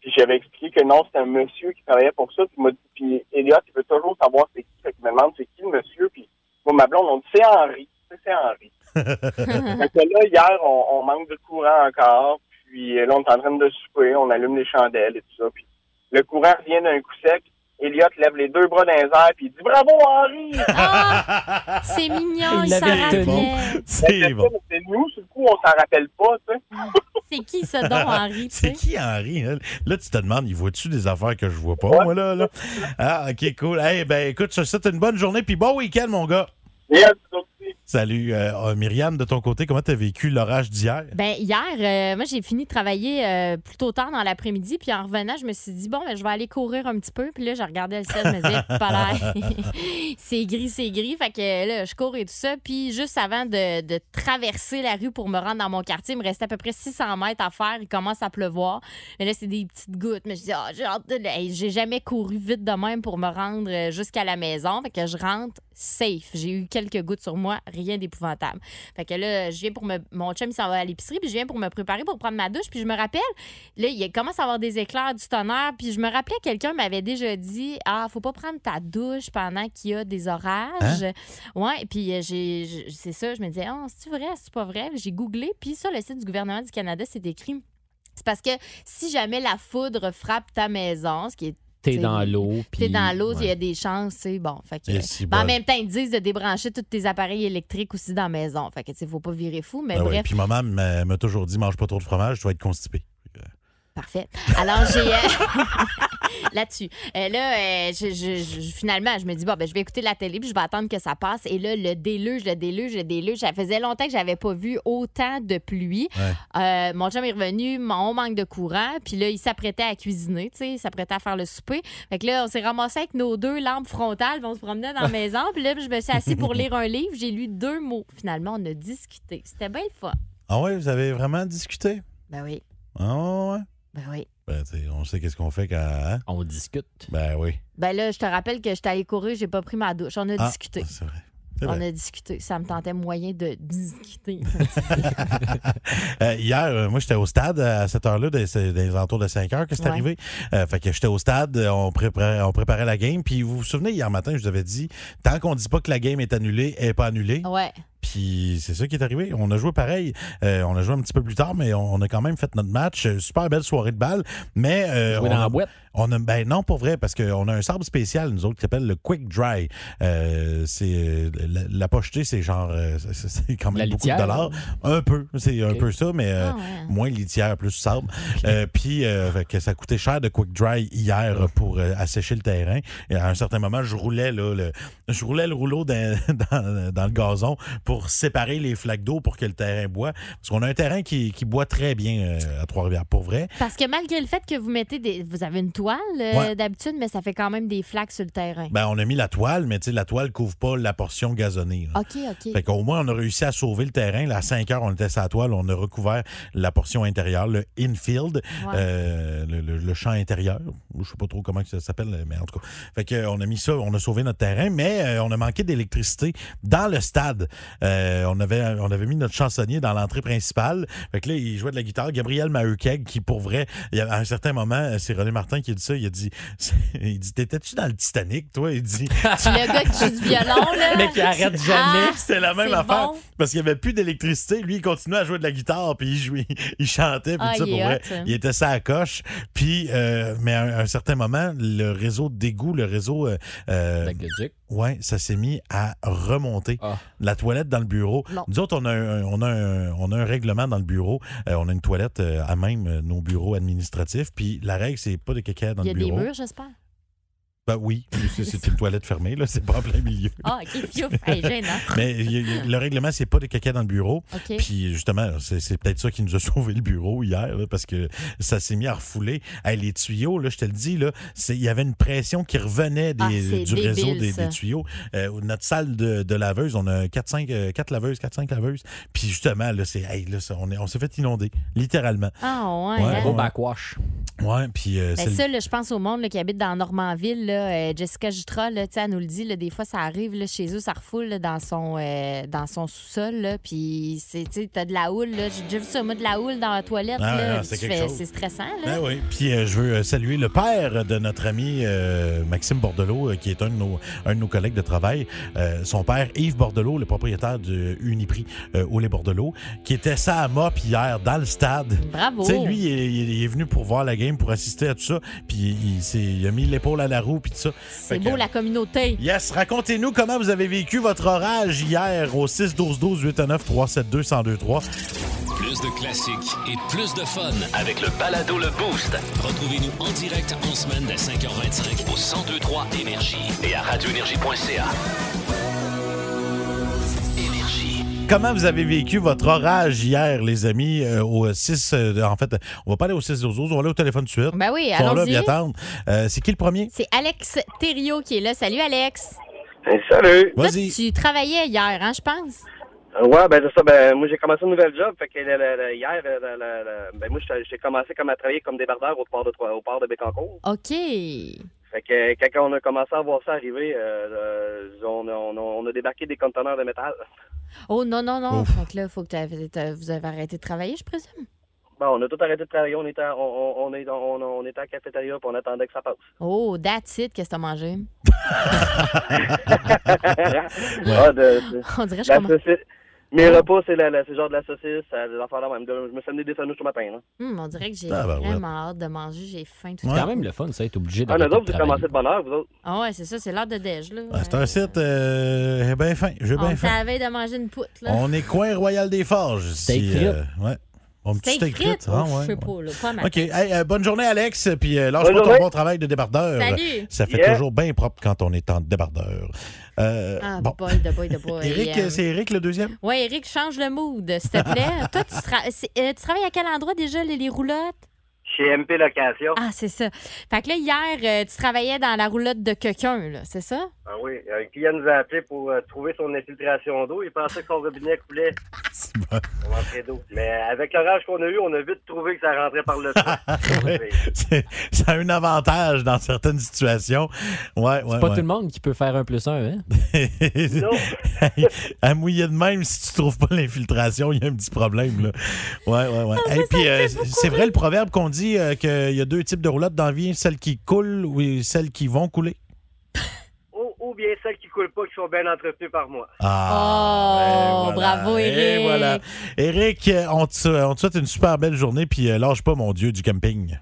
[SPEAKER 9] Puis j'avais expliqué que non, c'est un monsieur qui travaillait pour ça. Puis, il m'a dit, puis Elliot, il veut toujours savoir c'est qui. Fait qu'il me demande c'est qui le monsieur. Puis moi, ma blonde, on dit c'est Henri. C'est c'est Henri. Fait que là, hier, on, on manque de courant encore. Puis euh, là, on est en train de souper. On allume les chandelles et tout ça. Puis le courant vient d'un coup sec. Elliot lève les deux bras dans les airs puis il dit Bravo Henri!
[SPEAKER 3] Ah! c'est mignon, il
[SPEAKER 7] Il
[SPEAKER 3] s'en
[SPEAKER 7] l'avait
[SPEAKER 3] rappelait.
[SPEAKER 7] retenu.
[SPEAKER 6] C'est bon.
[SPEAKER 9] C'est nous, sur le coup, on s'en rappelle pas, tu sais.
[SPEAKER 3] C'est qui ce don, Henri? tu
[SPEAKER 6] C'est
[SPEAKER 3] sais?
[SPEAKER 6] qui Henri? hein? Là, tu te demandes, il voit-tu des affaires que je vois pas, moi, là? là? Ah, OK, cool. Eh ben écoute, je te souhaite une bonne journée, puis bon week-end, mon gars.
[SPEAKER 9] Et elle, c'est aussi.
[SPEAKER 6] Salut. euh, euh, Myriam, de ton côté, comment t'as vécu l'orage d'hier?
[SPEAKER 3] Ben hier, euh, moi j'ai fini de travailler euh, plutôt tard dans l'après-midi, puis en revenant, je me suis dit bon, ben, je vais aller courir un petit peu, puis là j'ai regardé le ciel, je me disais pas l'air. c'est gris, c'est gris, fait que euh, là je cours et tout ça, puis juste avant de, de traverser la rue pour me rendre dans mon quartier, il me restait à peu près 600 mètres à faire, il commence à pleuvoir, mais là c'est des petites gouttes, mais je dis ah j'ai hâte de- hey, j'ai jamais couru vite de même pour me rendre euh, jusqu'à la maison, fait que je rentre safe, j'ai eu quelques gouttes sur moi, rien d'épouvantable. Fait que là, je viens pour me. Mon chum, il s'en va à l'épicerie, puis je viens pour me préparer pour prendre ma douche. Puis je me rappelle, là, il commence à avoir des éclairs, du tonnerre. Puis je me rappelais, quelqu'un m'avait déjà dit Ah, faut pas prendre ta douche pendant qu'il y a des orages.
[SPEAKER 7] Hein?
[SPEAKER 3] Ouais, et puis euh, j'ai, j- c'est ça, je me disais Ah, c'est-tu vrai, c'est pas vrai? J'ai googlé, puis sur le site du gouvernement du Canada, c'est écrit. C'est parce que si jamais la foudre frappe ta maison, ce qui est
[SPEAKER 7] T'es
[SPEAKER 3] T'sais,
[SPEAKER 7] dans l'eau.
[SPEAKER 3] t'es
[SPEAKER 7] puis-
[SPEAKER 3] dans l'eau, il y
[SPEAKER 7] Ouais.
[SPEAKER 3] a des chances, c'est bon. Fait que,
[SPEAKER 6] Et si
[SPEAKER 3] ben, en
[SPEAKER 6] bon.
[SPEAKER 3] même temps, ils disent de débrancher tous tes appareils électriques aussi dans la maison. Fait que, tu sais, faut pas virer fou, mais
[SPEAKER 6] Ah ouais,
[SPEAKER 3] Ben bref,
[SPEAKER 6] Puis maman m'a m'a toujours dit, mange pas trop de fromage, tu vas être constipé.
[SPEAKER 3] parfait. Alors, j'ai. euh, Là-dessus. Euh, là, euh, je- je- je- finalement, je me dis, bon, ben, je vais écouter la télé puis je vais attendre que ça passe. Et là, le déluge, le déluge, le déluge. Ça faisait longtemps que j'avais pas vu autant de pluie. Euh, mon chum est revenu, mon on manque de courant. Puis là, il s'apprêtait à cuisiner, tu sais, il s'apprêtait à faire le souper. Fait que là, on s'est ramassé avec nos deux lampes frontales, puis on se promenait dans la maison. Puis là, je me suis assise pour lire un livre. J'ai lu deux mots. Finalement, on a discuté. C'était bien le fun.
[SPEAKER 6] Ah ouais, vous avez vraiment discuté?
[SPEAKER 3] Ben oui,
[SPEAKER 6] Ah ouais?
[SPEAKER 3] ben oui.
[SPEAKER 6] Ben, t'sais, on sait qu'est-ce qu'on fait quand. hein?
[SPEAKER 7] On discute.
[SPEAKER 6] Ben oui.
[SPEAKER 3] Ben là, je te rappelle que j'étais allée courir, j'ai pas pris ma douche. On a
[SPEAKER 6] Ah,
[SPEAKER 3] discuté.
[SPEAKER 6] C'est vrai. C'est
[SPEAKER 3] On
[SPEAKER 6] vrai.
[SPEAKER 3] a discuté. Ça me tentait moyen de discuter.
[SPEAKER 6] Euh, hier, euh, moi, j'étais au stade euh, à cette heure-là, des, des alentours de 5 heures que c'est
[SPEAKER 3] Ouais.
[SPEAKER 6] arrivé. Euh, fait que j'étais au stade, euh, on préparait, on préparait la game. Puis vous vous souvenez, hier matin, je vous avais dit, tant qu'on dit pas que la game est annulée, elle n'est pas annulée.
[SPEAKER 3] ouais.
[SPEAKER 6] Puis c'est ça qui est arrivé. On a joué pareil. Euh, on a joué un petit peu plus tard, mais on, on a quand même fait notre match. Euh, Super belle soirée de balle. Mais euh,
[SPEAKER 7] Jouer
[SPEAKER 6] on,
[SPEAKER 7] dans la
[SPEAKER 6] a,
[SPEAKER 7] boîte.
[SPEAKER 6] on a- ben non, pour vrai, parce qu'on a un sable spécial, nous autres, qui s'appelle le Quick Dry. Euh, c'est euh, la, la pocheté, c'est genre, euh, c'est- c'est c'est quand même
[SPEAKER 7] La
[SPEAKER 6] beaucoup de
[SPEAKER 7] litière.
[SPEAKER 6] dollars. Un peu, c'est un
[SPEAKER 7] Ok.
[SPEAKER 6] peu ça, mais euh,
[SPEAKER 3] Ah ouais.
[SPEAKER 6] moins litière, plus sable. Euh, puis euh, fait que ça coûtait cher de Quick Dry hier euh, pour euh, assécher le terrain. Et à un certain moment, je roulais là, le, je roulais le rouleau dans, dans- dans le gazon pour séparer les flaques d'eau pour que le terrain boit. Parce qu'on a un terrain qui, qui boit très bien euh, à Trois-Rivières, pour vrai.
[SPEAKER 3] Parce que malgré le fait que vous mettez des. Vous avez une toile euh,
[SPEAKER 6] Ouais.
[SPEAKER 3] d'habitude, mais ça fait quand même des flaques sur le terrain.
[SPEAKER 6] Ben, on a mis la toile, mais tu sais, la toile couvre pas la portion gazonnée. là.
[SPEAKER 3] OK, OK.
[SPEAKER 6] Ah. Fait qu'au moins, on a réussi à sauver le terrain. Là, à 5 heures, on était sur la toile. On a recouvert la portion intérieure, le infield,
[SPEAKER 3] Ouais.
[SPEAKER 6] euh, le, le- le champ intérieur. Je sais pas trop comment que ça s'appelle, mais en tout cas. Fait qu'on a mis ça, on a sauvé notre terrain, mais euh, on a manqué d'électricité dans le stade. Euh, on, avait, on avait mis notre chansonnier dans l'entrée principale. Fait que là, il jouait de la guitare. Gabriel Maheu-Keg, qui pour vrai, il y a- à un certain moment, euh, c'est René Martin qui a dit ça. Il a dit, il dit, t'étais-tu dans le Titanic, toi? Il dit,
[SPEAKER 3] Le gars qui joue du violon, là.
[SPEAKER 7] Mais qui arrête jamais.
[SPEAKER 6] c'était la même
[SPEAKER 3] Ah, c'est
[SPEAKER 6] affaire.
[SPEAKER 3] bon.
[SPEAKER 6] Parce qu'il n'y avait plus d'électricité. Lui, il continuait à jouer de la guitare, puis il, jouait, il chantait, puis
[SPEAKER 3] Ah,
[SPEAKER 6] tout ça,
[SPEAKER 3] il
[SPEAKER 6] pour
[SPEAKER 3] est
[SPEAKER 6] vrai.
[SPEAKER 3] hot, ça.
[SPEAKER 6] Il était ça à coche. Puis, euh, mais à un, à un certain moment, le réseau d'égout, le réseau. euh, euh,
[SPEAKER 7] Aqueduc.
[SPEAKER 6] ouais, ça s'est mis à remonter.
[SPEAKER 7] Ah.
[SPEAKER 6] La toilette dans le bureau.
[SPEAKER 3] Non.
[SPEAKER 6] Nous autres, on a, un, on, a un, on a un règlement dans le bureau. Euh, on a une toilette euh, à même euh, nos bureaux administratifs. Puis la règle, c'est pas de caca dans
[SPEAKER 3] Il y a
[SPEAKER 6] le
[SPEAKER 3] des
[SPEAKER 6] bureau.
[SPEAKER 3] murs, j'espère.
[SPEAKER 6] Ben oui, c'est- c'est une toilette fermée, là. C'est pas en plein milieu.
[SPEAKER 3] Ah, OK, piouf. Hey, gênant.
[SPEAKER 6] Mais il y a- il y a- le règlement, c'est pas de caca dans le bureau.
[SPEAKER 3] OK.
[SPEAKER 6] Puis justement, c'est c'est peut-être ça qui nous a sauvé le bureau hier, là, parce que ça s'est mis à refouler. Hey, les tuyaux, là, je te le dis, là, c'est- il y avait une pression qui revenait des-
[SPEAKER 3] Ah,
[SPEAKER 6] du
[SPEAKER 3] c'est débile,
[SPEAKER 6] réseau des,
[SPEAKER 3] ça.
[SPEAKER 6] des tuyaux. Euh, notre salle de, de laveuse, on a 4-5 laveuses, 4-5 laveuses. Puis justement, là, c'est, hey, là, ça, on est- on s'est fait inonder, littéralement.
[SPEAKER 3] Ah, ouais.
[SPEAKER 6] Ouais,
[SPEAKER 3] hein.
[SPEAKER 7] Gros
[SPEAKER 6] ouais.
[SPEAKER 7] backwash.
[SPEAKER 6] Ouais, puis euh,
[SPEAKER 3] Ben
[SPEAKER 6] c'est le-
[SPEAKER 3] ça, là, je pense au monde là, qui habite dans Normandville. là, euh, Jessica Jutra, là, tu sais, elle nous le dit, là, des fois, ça arrive là, chez eux, ça refoule là, dans son, euh, dans son sous-sol. là, Puis, c'est- tu sais, t'as de la houle. là. J'ai déjà vu ça, moi, de la houle dans la toilette.
[SPEAKER 6] Ah,
[SPEAKER 3] là,
[SPEAKER 6] ah, c'est
[SPEAKER 3] Tu
[SPEAKER 6] quelque
[SPEAKER 3] fais-
[SPEAKER 6] chose.
[SPEAKER 3] c'est stressant. Là.
[SPEAKER 6] Ben oui. Puis euh, je veux euh, saluer le père de notre ami euh, Maxime Bordelot, euh, qui est un de nos, un de nos collègues de travail. Euh, son père, Yves Bordelot, le propriétaire de Uniprix euh, au Les Bordelot, qui était ça à mop hier dans le stade.
[SPEAKER 3] Bravo.
[SPEAKER 6] Tu sais, lui, il est, il est- il est venu pour voir la game, pour assister à tout ça. Puis il, s'est- il a mis l'épaule à la roue, puis tout ça.
[SPEAKER 3] c'est
[SPEAKER 6] Fait
[SPEAKER 3] beau,
[SPEAKER 6] que- euh,
[SPEAKER 3] la communauté.
[SPEAKER 6] Yes, racontez-nous comment vous avez vécu votre orage hier au 6 12 12 819 372 1023.
[SPEAKER 5] Plus de classiques et plus de fun avec le balado Le Boost. Retrouvez-nous en direct en semaine dès 5h25 au 1023 Énergie et à radioénergie.ca. Énergie.
[SPEAKER 6] Comment vous avez vécu votre orage hier, les amis, euh, au 6... euh, en fait, on va pas aller au 6 12 12, on va aller au téléphone tout de suite.
[SPEAKER 3] Ben oui,
[SPEAKER 6] Ils sont là,
[SPEAKER 3] allons-y.
[SPEAKER 6] puis attendent. Euh, c'est qui le premier?
[SPEAKER 3] C'est Alex Thériault qui est là. Salut, Alex.
[SPEAKER 9] Ben, Salut!
[SPEAKER 3] Toi,
[SPEAKER 6] Vas-y.
[SPEAKER 3] tu travaillais hier, hein, je pense.
[SPEAKER 9] Ouais, ben c'est ça. Ben, moi, j'ai commencé un nouvel job. Fait que la- la- la- hier, la- la- la- la- ben, moi, j'étais- j'ai commencé comme à travailler comme débardeur au port de, Trois- au port de Bécancourt.
[SPEAKER 3] OK.
[SPEAKER 9] Fait que quand on a commencé à voir ça arriver, euh, euh, on, a- on a- on a débarqué des conteneurs de métal.
[SPEAKER 3] Oh, non, non, non.
[SPEAKER 6] Ouf.
[SPEAKER 3] Fait que là, faut que t'avais- t'as- vous avez arrêté de travailler, je présume.
[SPEAKER 9] Ben, on a tout arrêté de travailler. On était, à- on, on, on est, on, on était à la cafétéria puis on attendait que ça passe.
[SPEAKER 3] Oh, that's it. Qu'est-ce que t'as mangé?
[SPEAKER 9] Ah, de- de-
[SPEAKER 3] On dirait que je
[SPEAKER 9] la
[SPEAKER 3] commence.
[SPEAKER 9] saucisse. Mes repas, c'est la- la- c'est genre de la saucisse, euh, des affaires de même. De- Je me suis amené des sandwichs ce matin. là.
[SPEAKER 3] Hum, on dirait que j'ai
[SPEAKER 6] Ah, ben ouais.
[SPEAKER 3] vraiment hâte de manger, j'ai faim tout
[SPEAKER 7] C'est
[SPEAKER 3] le
[SPEAKER 6] Ouais.
[SPEAKER 3] temps.
[SPEAKER 7] quand même le fun, ça, être obligé de.
[SPEAKER 9] Ah, nous autres, vous avez
[SPEAKER 7] travailler.
[SPEAKER 9] commencé de bonne heure, vous autres.
[SPEAKER 3] Ah ouais, c'est ça, c'est l'heure de déj, là.
[SPEAKER 6] Ah, c'est un site, euh, j'ai bien faim, j'ai
[SPEAKER 3] On
[SPEAKER 6] bien faim.
[SPEAKER 3] savait de manger une poutre, là.
[SPEAKER 6] On est coin Royal des Forges.
[SPEAKER 7] Steak
[SPEAKER 6] ici,
[SPEAKER 7] frites.
[SPEAKER 6] ouais. On me
[SPEAKER 3] Steak frites?
[SPEAKER 6] Ah,
[SPEAKER 3] Oh,
[SPEAKER 6] ouais,
[SPEAKER 3] Je sais
[SPEAKER 6] ouais.
[SPEAKER 3] pas, là, pas mal.
[SPEAKER 6] OK. Hey, euh, bonne journée, Alex. Puis euh, lâche
[SPEAKER 9] Bonne
[SPEAKER 6] pas ton
[SPEAKER 9] journée.
[SPEAKER 6] bon travail de débardeur.
[SPEAKER 3] Salut!
[SPEAKER 6] Ça fait
[SPEAKER 9] Yeah.
[SPEAKER 6] toujours bien propre quand on est en débardeur. Euh,
[SPEAKER 3] Ah,
[SPEAKER 6] bon.
[SPEAKER 3] boy, de boy, de boy.
[SPEAKER 6] Eric,
[SPEAKER 3] Euh,
[SPEAKER 6] c'est Eric le deuxième?
[SPEAKER 3] Ouais, Eric, change le mood, s'il te plaît. Toi, tu, tra- c'est- euh, tu travailles à quel endroit déjà, les, les roulottes?
[SPEAKER 9] Chez MP Location.
[SPEAKER 3] Ah, c'est ça. Fait que là, hier, euh, tu travaillais dans la roulotte de quelqu'un, là, c'est ça?
[SPEAKER 9] Ah oui, un client nous a appelé pour euh, trouver son infiltration d'eau. Il pensait que son robinet coulait.
[SPEAKER 6] C'est bon.
[SPEAKER 9] On rentrait d'eau. Mais euh, avec l'orage qu'on a eu, on a vite trouvé que ça rentrait par le toit.
[SPEAKER 6] Ah, Ouais, c'est- ça a un avantage dans certaines situations. Ouais, ouais,
[SPEAKER 7] C'est pas
[SPEAKER 6] ouais.
[SPEAKER 7] tout le monde qui peut faire un plus un, hein?
[SPEAKER 9] Non.
[SPEAKER 6] Hey, à mouiller de même, si tu trouves pas l'infiltration, il y a un petit problème. Là. Ouais, ouais, ouais. Hey, puis, euh, c'est vrai le proverbe qu'on dit euh, qu'il y a deux types de roulottes dans la vie celles qui coulent ou celles qui vont couler.
[SPEAKER 9] ou, ou bien celles qui coulent pas, qui sont bien entretenues par moi.
[SPEAKER 3] Oh,
[SPEAKER 7] Oh,
[SPEAKER 6] ben voilà.
[SPEAKER 3] bravo, Eric.
[SPEAKER 6] Et voilà. Eric, euh, on te, on te souhaite une super belle journée, puis euh, lâche pas, mon Dieu, du camping.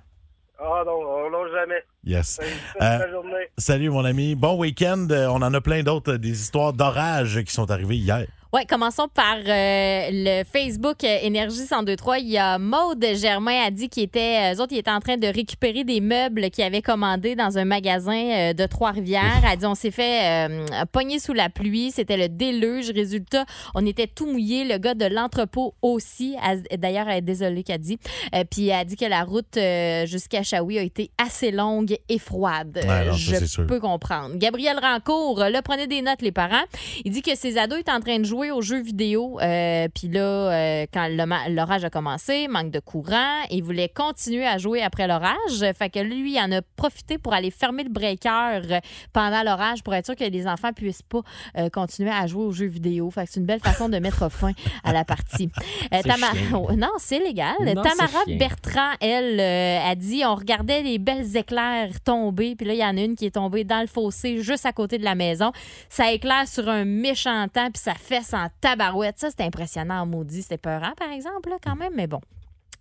[SPEAKER 9] Ah non, on longe jamais.
[SPEAKER 6] Yes.
[SPEAKER 10] Ben,
[SPEAKER 9] Bonne
[SPEAKER 6] Euh,
[SPEAKER 9] journée.
[SPEAKER 6] salut, mon ami. Bon week-end. Euh, On en a plein d'autres, euh, des histoires d'orage qui sont arrivées hier.
[SPEAKER 3] Ouais, commençons par euh, le Facebook euh, Énergie 1023. Il y a Maude Germain a dit qu'ils étaient, eux autres, ils étaient en train de récupérer des meubles qu'ils avaient commandés dans un magasin euh, de Trois-Rivières. Elle dit on s'est fait euh, pogner sous la pluie, c'était le déluge. Résultat, on était tout mouillé. Le gars de l'entrepôt aussi. Elle- D'ailleurs, elle est désolée qu'elle dit. Euh, puis elle a dit que la route euh, jusqu'à Chaoui a été assez longue et froide.
[SPEAKER 6] Ouais, non, ça,
[SPEAKER 3] Je
[SPEAKER 6] c'est sûr.
[SPEAKER 3] peux comprendre. Gabriel Rancourt, euh, là, prenez des notes, les parents. Il dit que ses ados étaient en train de jouer aux jeux vidéo. euh, Puis là, euh, quand le ma- l'orage a commencé, manque de courant, il voulait continuer à jouer après l'orage. Fait que lui, il en a profité pour aller fermer le breaker euh, pendant l'orage pour être sûr que les enfants puissent pas euh, continuer à jouer aux jeux vidéo. Fait que c'est une belle façon de mettre fin à la partie. Euh,
[SPEAKER 7] C'est
[SPEAKER 3] Tama-
[SPEAKER 7] chien.
[SPEAKER 3] Oh, Non, c'est légal.
[SPEAKER 7] Non,
[SPEAKER 3] Tamara
[SPEAKER 7] c'est chien.
[SPEAKER 3] Bertrand, elle, euh, a dit on regardait les belles éclairs tomber, puis là, il y en a une qui est tombée dans le fossé juste à côté de la maison. Ça éclaire sur un méchant temps, puis ça fesse en tabarouette. Ça, c'était impressionnant en maudit. C'était peurant, par exemple, là, quand même, mais bon.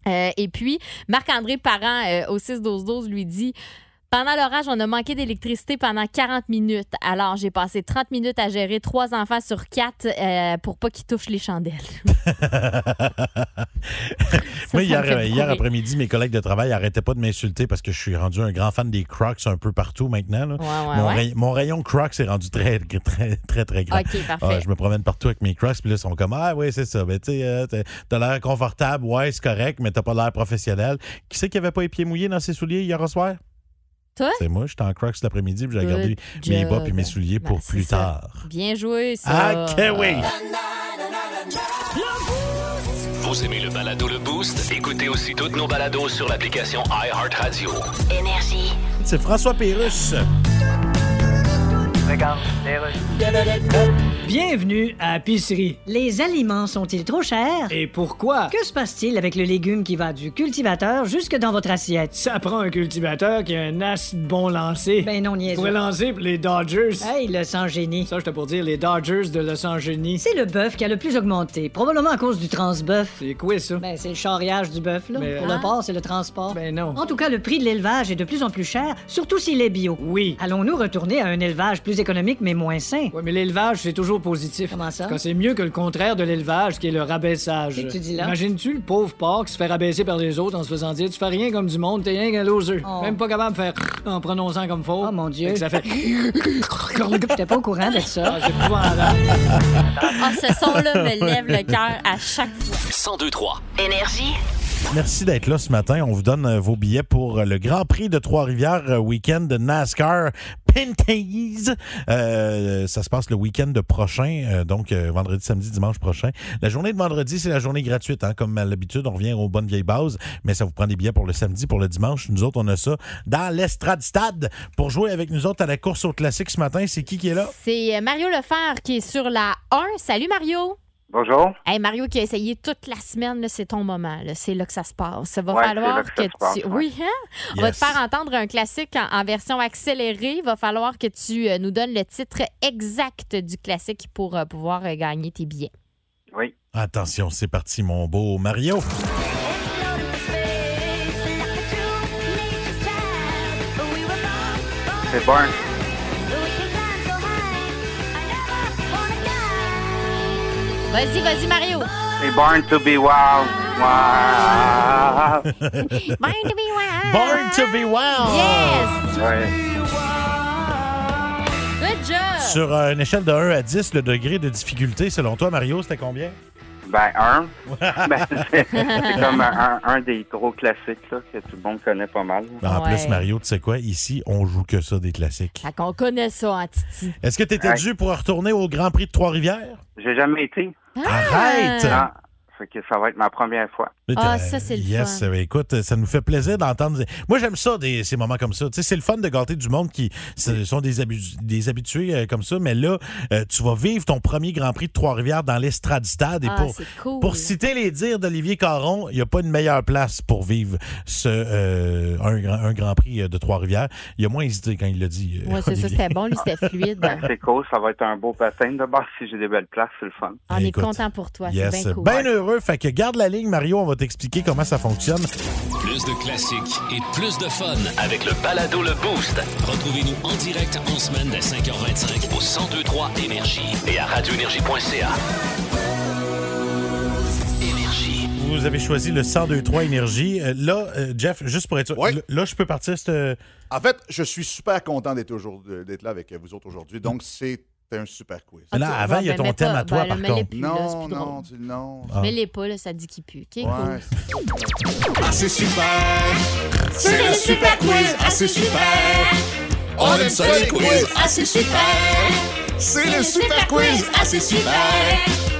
[SPEAKER 3] Euh, et puis, Marc-André Parent euh, au 6-12-12 lui dit Pendant l'orage, on a manqué d'électricité pendant 40 minutes. Alors, j'ai passé 30 minutes à gérer trois enfants sur quatre euh, pour pas qu'ils touchent les chandelles. Ça, ça me
[SPEAKER 6] Moi,
[SPEAKER 3] fait
[SPEAKER 6] hier,
[SPEAKER 3] pleurer.
[SPEAKER 6] hier après-midi, mes collègues de travail n'arrêtaient pas de m'insulter parce que je suis rendu un grand fan des Crocs un peu partout maintenant. là.
[SPEAKER 3] Ouais, ouais,
[SPEAKER 6] mon,
[SPEAKER 3] ouais.
[SPEAKER 6] ray- mon rayon Crocs est rendu très, très, très, très grand.
[SPEAKER 3] OK,
[SPEAKER 6] Ah,
[SPEAKER 3] parfait.
[SPEAKER 6] je me promène partout avec mes Crocs, puis là, ils sont comme Ah, oui, c'est ça. Ben, tu sais, euh, t'as- t'as l'air confortable, ouais, c'est correct, mais t'as pas l'air professionnel. Qui c'est qui avait pas les pieds mouillés dans ses souliers hier au soir?
[SPEAKER 3] Toi?
[SPEAKER 6] C'est moi, j'étais en Crocs l'après-midi, puis j'ai
[SPEAKER 3] Good
[SPEAKER 6] gardé mes
[SPEAKER 3] job.
[SPEAKER 6] bas puis mes souliers
[SPEAKER 3] Ben,
[SPEAKER 6] pour
[SPEAKER 3] c'est
[SPEAKER 6] plus
[SPEAKER 3] ça.
[SPEAKER 6] tard.
[SPEAKER 3] Bien joué, ça.
[SPEAKER 6] Ah, oui!
[SPEAKER 5] Vous aimez le balado Le Boost? Écoutez aussi toutes nos balados sur l'application iHeartRadio.
[SPEAKER 8] Énergie.
[SPEAKER 6] C'est François Pérusse.
[SPEAKER 1] Bienvenue à Pisserie.
[SPEAKER 2] Les aliments sont-ils trop chers?
[SPEAKER 1] Et pourquoi?
[SPEAKER 2] Que se passe-t-il avec le légume qui va du cultivateur jusque dans votre assiette?
[SPEAKER 1] Ça prend un cultivateur qui a un assez bon lancer.
[SPEAKER 2] Ben non,
[SPEAKER 1] Il
[SPEAKER 2] niaise.
[SPEAKER 1] pourrait lancer pour les Dodgers.
[SPEAKER 2] Hey, le sang génie.
[SPEAKER 1] Ça, j'étais pour dire les Dodgers de Los Angeles.
[SPEAKER 2] C'est le bœuf qui a le plus augmenté, probablement à cause du transbœuf.
[SPEAKER 1] C'est quoi ça?
[SPEAKER 2] Ben, c'est le charriage du bœuf, là.
[SPEAKER 1] Mais-
[SPEAKER 2] Pour
[SPEAKER 1] Ah.
[SPEAKER 2] le porc, Oh, c'est le transport.
[SPEAKER 1] Ben non.
[SPEAKER 2] En tout cas, le prix de l'élevage est de plus en plus cher, surtout s'il est bio.
[SPEAKER 1] Oui.
[SPEAKER 2] Allons-nous retourner à un élevage plus économique mais moins sain?
[SPEAKER 1] Ouais, mais l'élevage, c'est toujours positif.
[SPEAKER 2] Comment ça?
[SPEAKER 1] Quand c'est mieux que le contraire de l'élevage, qui est le rabaissage.
[SPEAKER 2] Qu'est-ce que tu dis là?
[SPEAKER 1] Imagines-tu le pauvre porc qui se fait rabaisser par les autres en se faisant dire Tu fais rien comme du monde, t'es rien qu'un loser.
[SPEAKER 2] Oh.
[SPEAKER 1] Même pas capable de faire en prononçant comme faux.
[SPEAKER 2] Oh, mon Dieu.
[SPEAKER 1] Fait que ça fait.
[SPEAKER 2] J'étais pas au courant de ça.
[SPEAKER 1] Ah, c'est épouvantable.
[SPEAKER 3] Ah, ce son-là me lève le cœur à chaque fois.
[SPEAKER 5] 1023.
[SPEAKER 8] Énergie.
[SPEAKER 6] Merci d'être là ce matin. On vous donne euh, vos billets pour euh, le Grand Prix de Trois-Rivières euh, week-end de NASCAR Pinties. Euh, ça se passe le week-end de prochain, euh, donc euh, vendredi, samedi, dimanche prochain. La journée de vendredi, c'est la journée gratuite. hein. comme à l'habitude, on revient aux bonnes vieilles bases, mais ça vous prend des billets pour le samedi, pour le dimanche. Nous autres, on a ça dans l'Estrade Stade pour jouer avec nous autres à la course au classique ce matin. C'est qui qui est là?
[SPEAKER 3] C'est euh, Mario Lefebvre qui est sur la 1. Salut, Mario.
[SPEAKER 9] Bonjour.
[SPEAKER 3] Hey, Mario qui a essayé toute la semaine, là, c'est ton moment. là. C'est là que ça se passe. Ça va
[SPEAKER 9] Ouais, c'est
[SPEAKER 3] falloir
[SPEAKER 9] là que
[SPEAKER 3] que,
[SPEAKER 9] ça se
[SPEAKER 3] tu.
[SPEAKER 9] passe, ouais.
[SPEAKER 3] Oui, hein? On va te
[SPEAKER 6] Yes.
[SPEAKER 3] faire entendre un classique en, en version accélérée. Il va falloir que tu euh, nous donnes le titre exact du classique pour euh, pouvoir euh, gagner tes billets.
[SPEAKER 9] Oui.
[SPEAKER 6] Attention, c'est parti, mon beau Mario.
[SPEAKER 9] C'est Burn.
[SPEAKER 3] Vas-y, vas-y, Mario.
[SPEAKER 9] C'est Born to be wild. Wild.
[SPEAKER 3] Born to be wild.
[SPEAKER 6] Born to be wild!
[SPEAKER 3] Yes!
[SPEAKER 9] Ouais.
[SPEAKER 3] Good job!
[SPEAKER 6] Sur euh, une échelle de 1 à 10, le degré de difficulté, selon toi, Mario, c'était combien?
[SPEAKER 10] Ben, un. Ben, c'est c'est comme un, un des gros classiques là, que tout le monde connaît pas mal.
[SPEAKER 6] Ben, Ah, En
[SPEAKER 3] Ouais.
[SPEAKER 6] plus, Mario, tu sais quoi? Ici, on joue que ça, des classiques.
[SPEAKER 3] Fait qu'on connaît ça en Titi.
[SPEAKER 6] Est-ce que tu étais
[SPEAKER 10] Ouais.
[SPEAKER 6] dû pour retourner au Grand Prix de Trois-Rivières?
[SPEAKER 10] J'ai jamais été.
[SPEAKER 6] Arrête!
[SPEAKER 10] Ah, fait que ça va être ma première fois.
[SPEAKER 3] Ah,
[SPEAKER 6] Euh,
[SPEAKER 3] ça, c'est le
[SPEAKER 6] Yes,
[SPEAKER 3] fun.
[SPEAKER 6] euh, écoute, ça nous fait plaisir d'entendre. Moi, j'aime ça, des, ces moments comme ça. Tu sais, c'est le fun de gâter du monde qui ce sont des, habu- des habitués euh, comme ça, mais là, euh, tu vas vivre ton premier Grand Prix de Trois-Rivières dans l'Estrade Stade. Et
[SPEAKER 3] Ah,
[SPEAKER 6] pour,
[SPEAKER 3] c'est cool.
[SPEAKER 6] pour citer les dires d'Olivier Caron, il n'y a pas une meilleure place pour vivre ce, euh, un, grand- un Grand Prix euh, de Trois-Rivières. Il a moins hésité quand il l'a dit. euh,
[SPEAKER 3] Ouais, c'est ça,
[SPEAKER 6] Olivier.
[SPEAKER 3] c'était bon, lui, c'était fluide.
[SPEAKER 10] C'est cool, ça va être un beau patin. D'abord, si j'ai des belles places, c'est le fun.
[SPEAKER 3] On est
[SPEAKER 6] Eh, Écoute.
[SPEAKER 3] content pour toi,
[SPEAKER 6] Yes,
[SPEAKER 3] c'est bien cool.
[SPEAKER 6] bien heureux. Fait que garde la ligne, Mario, on va t'expliquer comment ça fonctionne.
[SPEAKER 5] Plus de classiques et plus de fun avec le balado Le Boost. Retrouvez-nous en direct en semaine dès 5h25 au 1023 Énergie et à radioénergie.ca. Énergie.
[SPEAKER 6] Vous avez choisi le 1023 Énergie. Euh, là, euh, Jeff, juste pour être sûr, l- là, je peux partir. cette-
[SPEAKER 11] En fait, je suis super content d'être aujourd- euh, d'être là avec vous autres aujourd'hui. Donc, c'est un super quiz.
[SPEAKER 6] Mais là, Ok, avant, bon, il y a ben, ton mets thème pas- à toi, ben, par le mets-les contre. plus, là, c'est
[SPEAKER 11] non,
[SPEAKER 6] plus drôle.
[SPEAKER 11] non, tu- non.
[SPEAKER 3] Mais les pas, là, ça dit qu'il pue. OK,
[SPEAKER 11] Ouais,
[SPEAKER 3] cool.
[SPEAKER 11] Ah, c'est super!
[SPEAKER 3] C'est le super quiz. Ah, c'est super.
[SPEAKER 12] On aime ça, les quiz. Ah, c'est super.
[SPEAKER 11] C'est le super quiz! Ah, c'est super!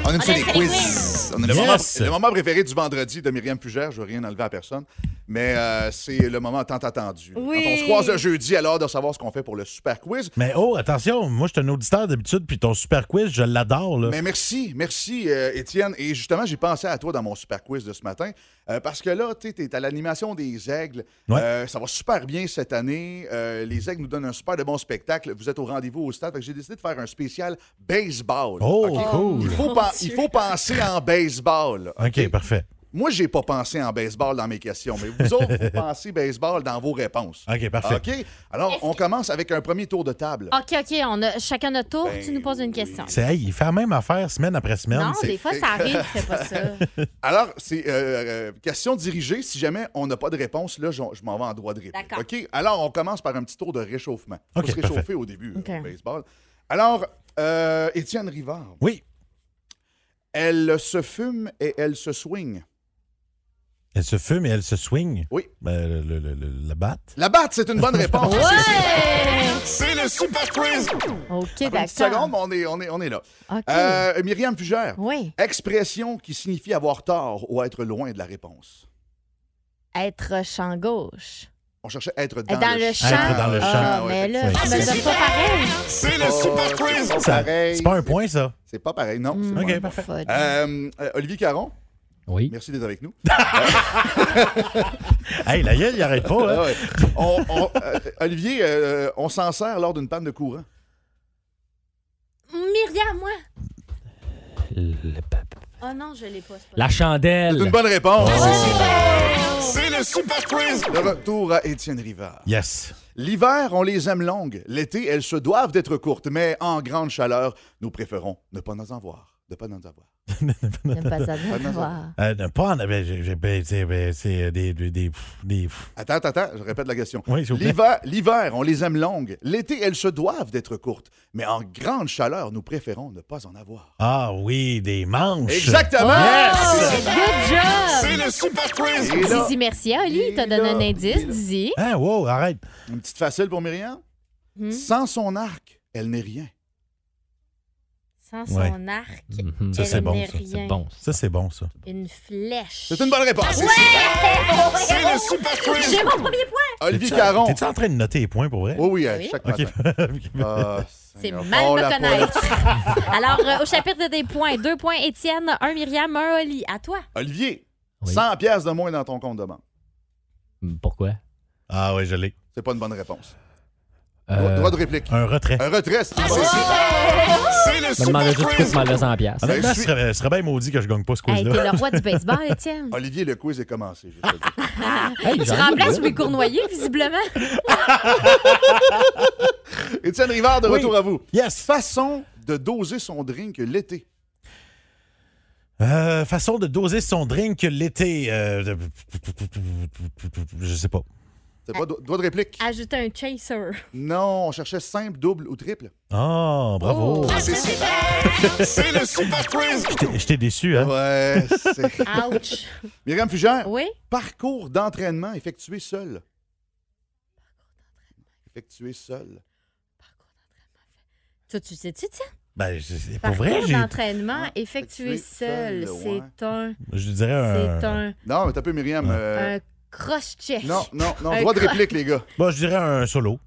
[SPEAKER 11] On aime ça, les quiz! On aime
[SPEAKER 6] Yes.
[SPEAKER 11] ça. le, moment, le moment préféré du vendredi de Myriam Fugère, je ne veux rien enlever à personne, mais euh, c'est le moment tant attendu.
[SPEAKER 6] Oui.
[SPEAKER 11] Quand on se croise le jeudi, alors de savoir ce qu'on fait pour le super quiz.
[SPEAKER 6] Mais oh, attention, moi, je suis un auditeur d'habitude, puis ton super quiz, je l'adore. là.
[SPEAKER 11] Mais merci, merci euh, Étienne. Et justement, j'ai pensé à toi dans mon super quiz de ce matin, euh, parce que là, tu es à l'animation des aigles. Euh, ça va super bien cette année. Euh, les aigles nous donnent un super de bon spectacle. Vous êtes au rendez-vous au stade. Fait que J'ai décidé de faire un spécial baseball.
[SPEAKER 6] Oh,
[SPEAKER 11] OK?
[SPEAKER 6] cool.
[SPEAKER 11] Il faut,
[SPEAKER 6] Mon
[SPEAKER 11] pen-
[SPEAKER 6] Dieu.
[SPEAKER 11] il faut penser en baseball.
[SPEAKER 6] OK, parfait.
[SPEAKER 11] Moi, j'ai pas pensé en baseball dans mes questions, mais vous autres, vous pensez baseball dans vos réponses.
[SPEAKER 6] OK, parfait.
[SPEAKER 11] OK? Alors, on commence avec un premier tour de table.
[SPEAKER 3] OK, OK, on a chacun notre tour.
[SPEAKER 11] Ben
[SPEAKER 3] tu nous poses une question.
[SPEAKER 6] C'est, hey, il fait la même affaire semaine après semaine.
[SPEAKER 3] Non,
[SPEAKER 6] C'est-
[SPEAKER 3] des fois, ça arrive, c'est pas ça.
[SPEAKER 11] Alors, c'est euh, euh, question dirigée. Si jamais on n'a pas de réponse, là, je, je m'en vais en droit de réplique.
[SPEAKER 3] D'accord.
[SPEAKER 11] OK? Alors, on commence par un petit tour de réchauffement. Faut
[SPEAKER 6] OK,
[SPEAKER 11] se réchauffer
[SPEAKER 6] parfait.
[SPEAKER 11] au début euh,
[SPEAKER 6] OK.
[SPEAKER 11] au baseball. Alors, euh, Étienne Rivard.
[SPEAKER 6] Oui.
[SPEAKER 11] Elle se fume et elle se swing.
[SPEAKER 6] Elle se fume et elle se swing.
[SPEAKER 11] Oui.
[SPEAKER 6] Ben, le- le- le- la batte.
[SPEAKER 11] La batte, c'est une bonne réponse.
[SPEAKER 12] C'est le super quiz.
[SPEAKER 3] OK,
[SPEAKER 11] Une petite
[SPEAKER 3] d'accord.
[SPEAKER 11] seconde, mais on est, on est, on est là.
[SPEAKER 3] OK.
[SPEAKER 11] Euh, Myriam Fugère.
[SPEAKER 3] Oui.
[SPEAKER 11] Expression qui signifie avoir tort ou être loin de la réponse.
[SPEAKER 3] Être champ gauche.
[SPEAKER 11] On cherchait être
[SPEAKER 3] Dans,
[SPEAKER 11] dans,
[SPEAKER 3] le, champ. Ah, mais là, tu me le donnes pas pareil.
[SPEAKER 11] C'est le super quiz. C'est pas
[SPEAKER 6] Ça-
[SPEAKER 11] pareil.
[SPEAKER 6] C'est pas un point, ça.
[SPEAKER 11] C'est pas pareil, non.
[SPEAKER 3] Mm.
[SPEAKER 11] c'est pas
[SPEAKER 6] OK,
[SPEAKER 11] pareil.
[SPEAKER 6] parfait.
[SPEAKER 11] Euh, euh, Olivier Caron.
[SPEAKER 7] Oui.
[SPEAKER 11] Merci d'être avec nous.
[SPEAKER 6] hey, la gueule, il arrête pas. hein.
[SPEAKER 11] Ah ouais. On- on- euh, Olivier, euh, on s'en sert lors d'une panne de courant.
[SPEAKER 3] Myriam, moi.
[SPEAKER 7] Le pape.
[SPEAKER 3] Oh non, je l'ai pas. c'est pas
[SPEAKER 7] La chandelle. Ah,
[SPEAKER 11] C'est une bonne réponse.
[SPEAKER 12] C'est le super quiz.
[SPEAKER 11] De retour à Étienne Rivard.
[SPEAKER 6] Yes.
[SPEAKER 11] L'hiver, on les aime longues. L'été, elles se doivent d'être courtes, mais en grande chaleur, nous préférons ne pas nous en voir. Ne pas nous en voir.
[SPEAKER 3] Ne pas
[SPEAKER 11] Pas
[SPEAKER 3] savoir.
[SPEAKER 11] de
[SPEAKER 3] voir.
[SPEAKER 6] Euh, ne pas en. ben, j'ai- j'ai- ben, c'est ben, c'est, euh, des. des, des, des-
[SPEAKER 11] Attends, attends, attends, je répète la question.
[SPEAKER 6] Oui, s'il vous plaît.
[SPEAKER 11] L'hiver, l'hiver, on les aime longues. L'été, elles se doivent d'être courtes, mais en grande chaleur, nous préférons ne pas en avoir.
[SPEAKER 6] Ah oui, des manches.
[SPEAKER 11] Exactement!
[SPEAKER 3] Oh,
[SPEAKER 6] Yes!
[SPEAKER 3] Good job!
[SPEAKER 12] C'est le super quiz.
[SPEAKER 11] Et là-
[SPEAKER 3] Zizi, merci. Ah, Oli, il t'a donné un indice, Zizi.
[SPEAKER 6] Hein, wow, arrête.
[SPEAKER 11] Une petite facile pour Myriam.
[SPEAKER 3] Hmm.
[SPEAKER 11] Sans son arc, elle n'est rien.
[SPEAKER 3] Sans
[SPEAKER 6] Ouais.
[SPEAKER 3] son arc,
[SPEAKER 6] Mhm. Ça,
[SPEAKER 3] elle
[SPEAKER 6] c'est bon,
[SPEAKER 3] n'est
[SPEAKER 6] ça.
[SPEAKER 3] rien.
[SPEAKER 6] C'est bon. Ça, c'est bon, ça.
[SPEAKER 3] Une flèche.
[SPEAKER 11] C'est une bonne réponse.
[SPEAKER 12] C'est le super quiz.
[SPEAKER 3] Ah, J'ai mon premier point.
[SPEAKER 11] Olivier
[SPEAKER 6] T'es-tu-
[SPEAKER 11] Caron.
[SPEAKER 6] T'es-tu en train de noter les points pour vrai?
[SPEAKER 11] Oui, oui, à chaque
[SPEAKER 6] OK.
[SPEAKER 11] matin. Ah,
[SPEAKER 3] C'est
[SPEAKER 11] Seigneur.
[SPEAKER 3] mal
[SPEAKER 11] Oh,
[SPEAKER 3] me
[SPEAKER 11] la
[SPEAKER 3] connaître.
[SPEAKER 11] poêle.
[SPEAKER 3] Alors, euh, au chapitre des points, deux points Étienne, un Myriam, un Oli. À toi.
[SPEAKER 11] Olivier, 100 pièces de moins dans ton compte de banque.
[SPEAKER 7] Pourquoi?
[SPEAKER 6] Ah oui, je l'ai.
[SPEAKER 11] C'est pas une bonne réponse.
[SPEAKER 7] Euh,
[SPEAKER 11] Droit de réplique.
[SPEAKER 6] Un retrait.
[SPEAKER 11] Un retrait,
[SPEAKER 3] Ah,
[SPEAKER 11] c'est une bonne
[SPEAKER 12] C'est le
[SPEAKER 7] Je me demandais
[SPEAKER 12] super
[SPEAKER 7] juste pourquoi
[SPEAKER 12] quiz.
[SPEAKER 7] tu m'enlevais 100 piastres.
[SPEAKER 11] Ben,
[SPEAKER 6] Honnêtement, ce serait, ce serait bien maudit que je gagne pas ce
[SPEAKER 3] Hey, T'es
[SPEAKER 6] quiz-là.
[SPEAKER 3] le roi du baseball, Étienne.
[SPEAKER 11] Olivier, le quiz est commencé. je te le dis.
[SPEAKER 6] Ah,
[SPEAKER 3] Tu remplaces Louis Cournoyer, visiblement.
[SPEAKER 11] Étienne Rivard, de
[SPEAKER 6] Oui.
[SPEAKER 11] retour à vous.
[SPEAKER 6] Yes.
[SPEAKER 11] Façon de doser son drink l'été.
[SPEAKER 6] Euh, façon de doser son drink l'été. euh, de- Je sais pas.
[SPEAKER 11] T'as pas de doigt de réplique.
[SPEAKER 3] Ah. Ajouter un chaser.
[SPEAKER 11] Non, on cherchait simple, double ou triple.
[SPEAKER 6] Ah, bravo.
[SPEAKER 11] Oh. Ah, c'est super! C'est le super quiz!
[SPEAKER 6] Je t'ai- Je t'ai déçu, hein?
[SPEAKER 11] Ouais, c'est-
[SPEAKER 3] Ouch.
[SPEAKER 11] Myriam Fugère,
[SPEAKER 3] Oui?
[SPEAKER 11] parcours d'entraînement effectué seul. Effectué seul.
[SPEAKER 3] Toi, tu sais-tu, tiens?
[SPEAKER 6] Ben, c'est- c'est pas
[SPEAKER 3] Par
[SPEAKER 6] vrai.
[SPEAKER 3] contre,
[SPEAKER 6] j'ai-
[SPEAKER 3] l'entraînement effectué seul,
[SPEAKER 11] seul, ouais.
[SPEAKER 3] c'est un,
[SPEAKER 6] Je dirais un. Ah.
[SPEAKER 3] c'est un,
[SPEAKER 11] Non, mais t'as peu, Myriam. euh,
[SPEAKER 3] un cross-check.
[SPEAKER 11] Non, non, non,
[SPEAKER 3] Un
[SPEAKER 11] droit de
[SPEAKER 3] cro-
[SPEAKER 11] réplique, les gars.
[SPEAKER 6] Bon, je dirais un solo.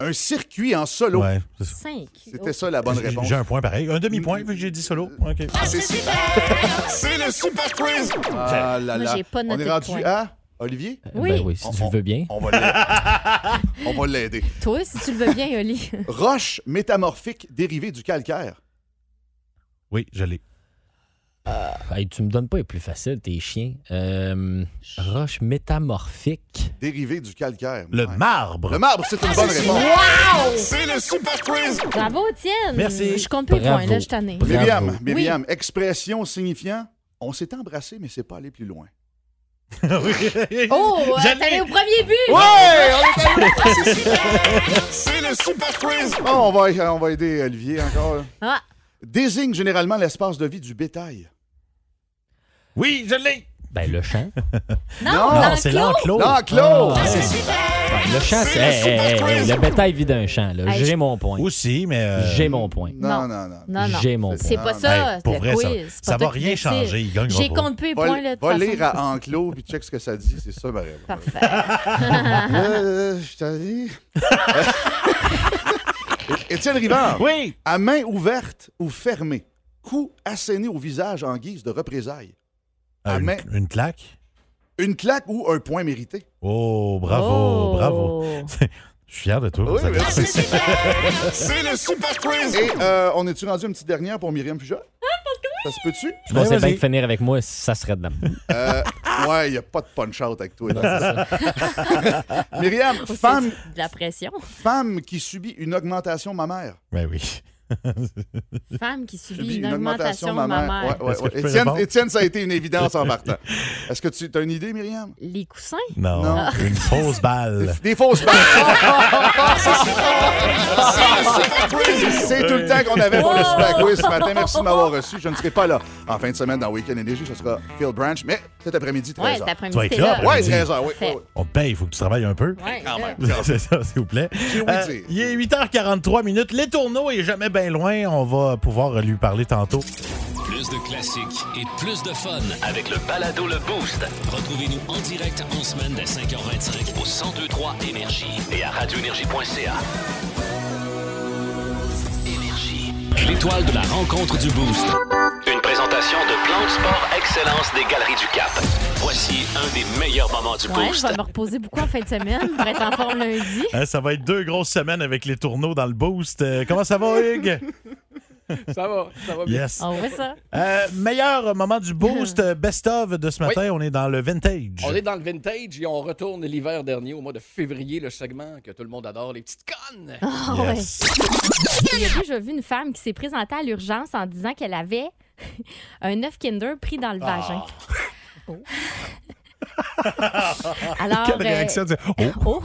[SPEAKER 11] Un circuit en solo.
[SPEAKER 6] Ouais.
[SPEAKER 3] Cinq.
[SPEAKER 11] C'était ça la bonne
[SPEAKER 6] J'ai-
[SPEAKER 11] réponse. Mm.
[SPEAKER 6] J'ai un point pareil. Un demi-point, vu que j'ai dit solo. OK.
[SPEAKER 3] Ah,
[SPEAKER 11] c'est super! c'est le super quiz! Ah là
[SPEAKER 3] Moi,
[SPEAKER 11] là.
[SPEAKER 3] j'ai pas
[SPEAKER 11] On
[SPEAKER 3] noté
[SPEAKER 11] est
[SPEAKER 3] de
[SPEAKER 11] rendu
[SPEAKER 3] point.
[SPEAKER 11] à Olivier?
[SPEAKER 3] Oui.
[SPEAKER 7] Ben oui, si tu le veux bien.
[SPEAKER 11] On va l'aider. On va l'aider.
[SPEAKER 3] Toi, si tu le veux bien, Oli.
[SPEAKER 11] Roche métamorphique dérivée du calcaire.
[SPEAKER 6] Oui, je l'ai.
[SPEAKER 7] Euh, Hey, tu me donnes pas les plus faciles, tes chiens. Euh, roche métamorphique. Ah,
[SPEAKER 11] Dérivée du calcaire.
[SPEAKER 6] Le marbre.
[SPEAKER 11] Le marbre, c'est une bonne réponse.
[SPEAKER 3] Wow!
[SPEAKER 11] C'est le super quiz!
[SPEAKER 3] Bravo, Étienne.
[SPEAKER 6] Merci.
[SPEAKER 3] Je compte plus les
[SPEAKER 6] Bravo.
[SPEAKER 3] points, là, je t'en ai.
[SPEAKER 11] Myriam,
[SPEAKER 3] Oui.
[SPEAKER 11] Myriam, expression signifiant on s'est embrassé, mais c'est pas allé plus loin.
[SPEAKER 3] Oh, euh, t'es allé au premier but.
[SPEAKER 11] C'est le super quiz! Oh, on, va, on va aider Olivier encore. là.
[SPEAKER 3] Ah,
[SPEAKER 11] Désigne généralement l'espace de vie du bétail.
[SPEAKER 6] Oui, je l'ai.
[SPEAKER 7] Ben, le champ.
[SPEAKER 3] non,
[SPEAKER 11] Non,
[SPEAKER 3] dans le
[SPEAKER 6] c'est
[SPEAKER 3] clos.
[SPEAKER 6] l'enclos.
[SPEAKER 11] L'enclos!
[SPEAKER 7] Ah,
[SPEAKER 11] C'est
[SPEAKER 7] Ben, le champ, c'est. hey, hey, hey, le bétail vit d'un champ, là.
[SPEAKER 3] Hey, je-
[SPEAKER 7] J'ai mon point.
[SPEAKER 6] Aussi, mais. euh,
[SPEAKER 7] J'ai mon point.
[SPEAKER 11] Non, non, non.
[SPEAKER 3] Non, non.
[SPEAKER 7] J'ai mon
[SPEAKER 3] C'est
[SPEAKER 7] point.
[SPEAKER 3] pas ça,
[SPEAKER 6] Hey, pour
[SPEAKER 3] le
[SPEAKER 6] vrai, ça-
[SPEAKER 3] quiz. C'est
[SPEAKER 6] ça
[SPEAKER 3] pas
[SPEAKER 6] va
[SPEAKER 3] toi qui
[SPEAKER 6] rien
[SPEAKER 3] décides.
[SPEAKER 6] changer, il gagnera
[SPEAKER 3] J'ai
[SPEAKER 6] pas.
[SPEAKER 3] compte plus les
[SPEAKER 11] Va,
[SPEAKER 3] points, là, de
[SPEAKER 11] va
[SPEAKER 3] toute
[SPEAKER 11] lire
[SPEAKER 3] façon.
[SPEAKER 11] à enclos puis check ce que ça dit, c'est ça ma réponse.
[SPEAKER 3] Parfait.
[SPEAKER 11] Euh, je t'en dis. Étienne Rivard,
[SPEAKER 6] Oui.
[SPEAKER 11] à main ouverte ou fermée, coup asséné au visage en guise de représailles.
[SPEAKER 6] euh,
[SPEAKER 11] À
[SPEAKER 6] une,
[SPEAKER 11] main,
[SPEAKER 6] une claque.
[SPEAKER 11] une claque ou un point mérité.
[SPEAKER 6] Oh, bravo, bravo. Je suis fier de toi.
[SPEAKER 11] Oui,
[SPEAKER 6] Oh. ça.
[SPEAKER 11] mais-
[SPEAKER 12] C'est le super quiz. Ah,
[SPEAKER 11] Et euh, on est-tu rendu une petite dernière pour Myriam Fugère? Ça se peut-tu?
[SPEAKER 7] Je pensais
[SPEAKER 6] Ben,
[SPEAKER 7] bien
[SPEAKER 6] vas-y.
[SPEAKER 7] que finir avec moi, ça serait dedans.
[SPEAKER 11] Euh, ouais, il n'y a pas de punch-out avec toi. là. Myriam, femme,
[SPEAKER 3] De la pression.
[SPEAKER 11] femme qui subit une augmentation mammaire.
[SPEAKER 6] Ben oui.
[SPEAKER 3] Femme qui subit
[SPEAKER 11] Subit
[SPEAKER 3] une augmentation mammaire.
[SPEAKER 11] Ouais, ouais,
[SPEAKER 6] Est-ce que
[SPEAKER 11] ouais.
[SPEAKER 6] je peux
[SPEAKER 11] Étienne,
[SPEAKER 6] répondre?
[SPEAKER 11] Étienne, ça a été une évidence en partant. Est-ce que tu as une idée, Myriam?
[SPEAKER 3] Les coussins?
[SPEAKER 6] Non.
[SPEAKER 11] Non.
[SPEAKER 6] Une fausse
[SPEAKER 11] Des-
[SPEAKER 6] balle.
[SPEAKER 11] Des fausses balles. C'est tout le temps qu'on avait pour le Super Quiz ce matin. Merci de m'avoir reçu. Je ne serai pas là en fin de semaine dans Weekend Energy. Ce sera Phil Branch, mais cet après-midi, 13h.
[SPEAKER 3] Ouais, cet
[SPEAKER 6] Tu vas
[SPEAKER 3] après-midi,
[SPEAKER 6] être
[SPEAKER 3] t'es
[SPEAKER 6] là,
[SPEAKER 3] là.
[SPEAKER 6] après-midi.
[SPEAKER 11] ouais, 13h, oui.
[SPEAKER 3] Fait.
[SPEAKER 11] oui,
[SPEAKER 6] On te paye, il faut que tu travailles un peu.
[SPEAKER 3] Ouais,
[SPEAKER 11] Quand
[SPEAKER 3] là.
[SPEAKER 11] même.
[SPEAKER 6] C'est ça, s'il vous plaît.
[SPEAKER 11] oui,
[SPEAKER 6] Euh,
[SPEAKER 11] dire.
[SPEAKER 6] il est 8h43 minutes. Les tourneaux est jamais bien loin. On va pouvoir lui parler tantôt.
[SPEAKER 5] Plus de classiques et plus de fun avec le balado Le Boost. Retrouvez-nous en direct en semaine dès 5h25 au 1023 Énergie et à radioénergie.ca. Énergie. L'étoile de la rencontre du Boost. Une présentation de Plan de Sport Excellence des Galeries du Cap. Voici un des meilleurs moments du
[SPEAKER 3] Ouais, je
[SPEAKER 5] Boost.
[SPEAKER 3] vais me reposer beaucoup en fin de semaine pour être en forme lundi.
[SPEAKER 6] Hein, ça va être deux grosses semaines avec les tourneaux dans le boost. Euh, comment ça va, Hugues?
[SPEAKER 1] Ça va, ça va bien.
[SPEAKER 6] Yes.
[SPEAKER 3] On voit ça.
[SPEAKER 6] Euh, meilleur moment du boost, euh, best-of de ce matin. On est dans le vintage.
[SPEAKER 13] On est dans le vintage et on retourne l'hiver dernier, au mois de février, le segment que tout le monde adore, les petites connes.
[SPEAKER 3] Ah ouais. Il y a deux, j'ai vu une femme qui s'est présentée à l'urgence en disant qu'elle avait un œuf Kinder pris dans le vagin. Oh. Alors,
[SPEAKER 6] Quelle
[SPEAKER 3] euh,
[SPEAKER 6] réaction? tu- Oh,
[SPEAKER 3] Oh.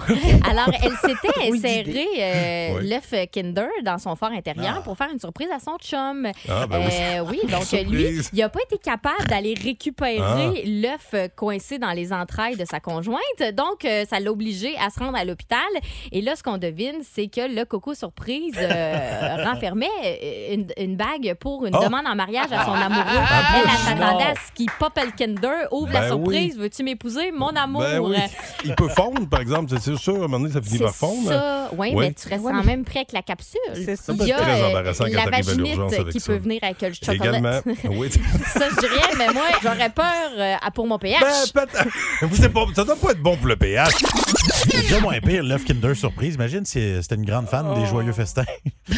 [SPEAKER 3] Alors, elle s'était
[SPEAKER 2] Oui,
[SPEAKER 3] serré euh,
[SPEAKER 6] Oui.
[SPEAKER 3] l'œuf Kinder dans son fort intérieur pour faire une surprise à son chum.
[SPEAKER 6] Ah, ben oui.
[SPEAKER 3] Euh, oui. donc euh, lui,
[SPEAKER 6] Surprise.
[SPEAKER 3] il n'a pas été capable d'aller récupérer
[SPEAKER 6] Ah.
[SPEAKER 3] l'œuf euh, coincé dans les entrailles de sa conjointe. Donc, euh, ça l'a obligé à se rendre à l'hôpital. Et là, ce qu'on devine, c'est que le coco surprise euh, renfermait euh, une, une bague pour une
[SPEAKER 6] Oh.
[SPEAKER 3] demande en mariage à son amoureux.
[SPEAKER 6] Ah,
[SPEAKER 3] elle elle
[SPEAKER 6] plus,
[SPEAKER 3] s'attendait
[SPEAKER 6] non.
[SPEAKER 3] à ce qu'il pop le Kinder, ouvre la
[SPEAKER 14] Ben oui.
[SPEAKER 3] surprise, veux-tu m'épouser, mon Oh, amour?
[SPEAKER 14] Ben oui. Il peut fondre, par exemple. C'est- C'est sûr, à un moment donné, ça finit
[SPEAKER 3] C'est
[SPEAKER 14] par fondre.
[SPEAKER 3] ça. Oui,
[SPEAKER 14] Ouais.
[SPEAKER 3] mais tu restes quand même prêt avec la capsule.
[SPEAKER 14] C'est ça.
[SPEAKER 3] Il y a
[SPEAKER 14] Ça peut être très
[SPEAKER 3] euh,
[SPEAKER 14] embarrassant quand
[SPEAKER 3] la
[SPEAKER 14] t'arrives à l'urgence
[SPEAKER 3] vaginite
[SPEAKER 14] avec
[SPEAKER 3] qui
[SPEAKER 14] ça.
[SPEAKER 3] peut venir avec le chocolat.
[SPEAKER 14] Également. Oui.
[SPEAKER 3] ça, je dirais, mais moi, j'aurais peur euh, à- pour mon pH.
[SPEAKER 14] Ben, peut-être- Vous, c'est pas- ça doit pas être bon pour le pH.
[SPEAKER 6] C'est déjà moins pire, l'œuf Kinder surprise. Imagine si c'était une grande fan des Joyeux Festins.
[SPEAKER 14] ben.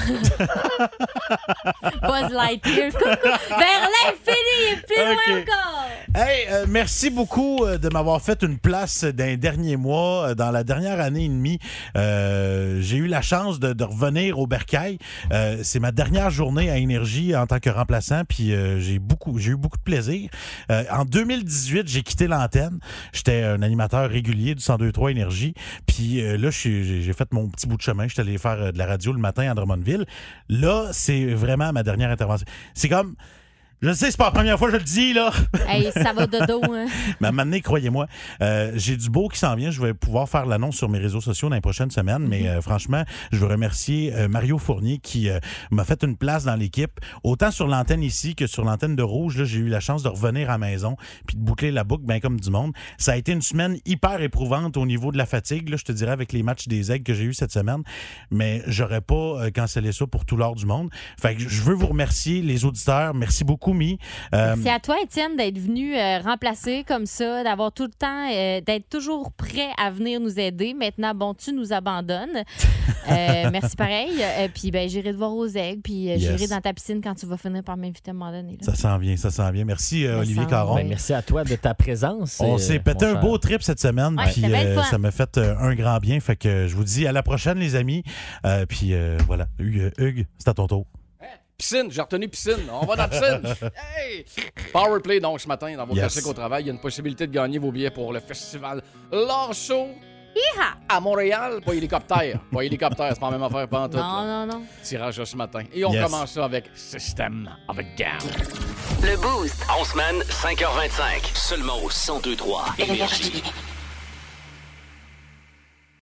[SPEAKER 3] Buzz Lightyear, coucou, vers l'infini et plus
[SPEAKER 6] Ok.
[SPEAKER 3] loin encore.
[SPEAKER 6] Hey, euh, merci beaucoup euh, de m'avoir fait une place d'un dernier mois. Euh, Dans la dernière année et demie, euh, j'ai eu la chance de, de revenir au Bercail. Euh, c'est ma dernière journée à Énergie en tant que remplaçant, puis euh, j'ai beaucoup, j'ai eu beaucoup de plaisir. Euh, en 2018, j'ai quitté l'antenne. J'étais un animateur régulier du 102.3 Énergie. Puis euh, là, je suis- j'ai j'ai fait mon petit bout de chemin. J'étais allé faire euh, de la radio le matin à Drummondville. Là, c'est vraiment ma dernière intervention. C'est comme... Je sais, c'est pas la première fois que je le dis, là.
[SPEAKER 3] Hey, ça va dodo. Hein?
[SPEAKER 6] Mais à un moment donné, croyez-moi, euh, j'ai du beau qui s'en vient. Je vais pouvoir faire l'annonce sur mes réseaux sociaux dans les prochaines semaines.
[SPEAKER 3] Mhm.
[SPEAKER 6] Mais euh, franchement, je veux remercier euh, Mario Fournier qui euh, m'a fait une place dans l'équipe. Autant sur l'antenne ici que sur l'antenne de Rouge, là, j'ai eu la chance de revenir à la maison puis de boucler la boucle bien comme du monde. Ça a été une semaine hyper éprouvante au niveau de la fatigue, là, je te dirais, avec les matchs des aigles que j'ai eu cette semaine. Mais j'aurais pas euh, cancellé ça pour tout l'or du monde. Fait que je veux vous remercier, les auditeurs. Merci beaucoup, Mi. Euh,
[SPEAKER 3] C'est à toi, Étienne, d'être venu euh, remplacer comme ça, d'avoir tout le temps, euh, d'être toujours prêt à venir nous aider. Maintenant, bon, tu nous abandonnes. Euh, merci pareil. Euh, puis ben, j'irai te voir aux aigles, puis euh,
[SPEAKER 6] Yes.
[SPEAKER 3] j'irai dans ta piscine quand tu vas finir par m'inviter à un moment donné. là.
[SPEAKER 6] Ça s'en vient, ça s'en vient. Merci, euh, Olivier Caron.
[SPEAKER 7] Ben, merci à toi de ta présence.
[SPEAKER 6] On
[SPEAKER 7] euh,
[SPEAKER 6] s'est pété
[SPEAKER 7] mon
[SPEAKER 6] un
[SPEAKER 7] cher.
[SPEAKER 6] beau trip cette semaine,
[SPEAKER 7] Ouais,
[SPEAKER 6] puis
[SPEAKER 7] c'était bien
[SPEAKER 6] euh,
[SPEAKER 7] le fun.
[SPEAKER 6] ça m'a fait euh, un grand bien. Fait que je vous dis à la prochaine, les amis. Euh, puis euh, voilà, Hugues, Hugues, c'est à ton tour.
[SPEAKER 13] Piscine, j'ai retenu piscine. On va dans la piscine. hey! Powerplay, donc, ce matin, dans vos
[SPEAKER 6] Yes.
[SPEAKER 13] classiques au travail, il y a une possibilité de gagner vos billets pour le festival L'Orso à Montréal. Pas hélicoptère. pas hélicoptère, c'est pas la même affaire, pas en tout.
[SPEAKER 3] Non, non, non.
[SPEAKER 13] Tirage de ce matin. Et on
[SPEAKER 5] Yes.
[SPEAKER 13] commence ça avec System of a Down.
[SPEAKER 5] Le Boost. En semaine, 5h25. Seulement au 102.3 Énergie.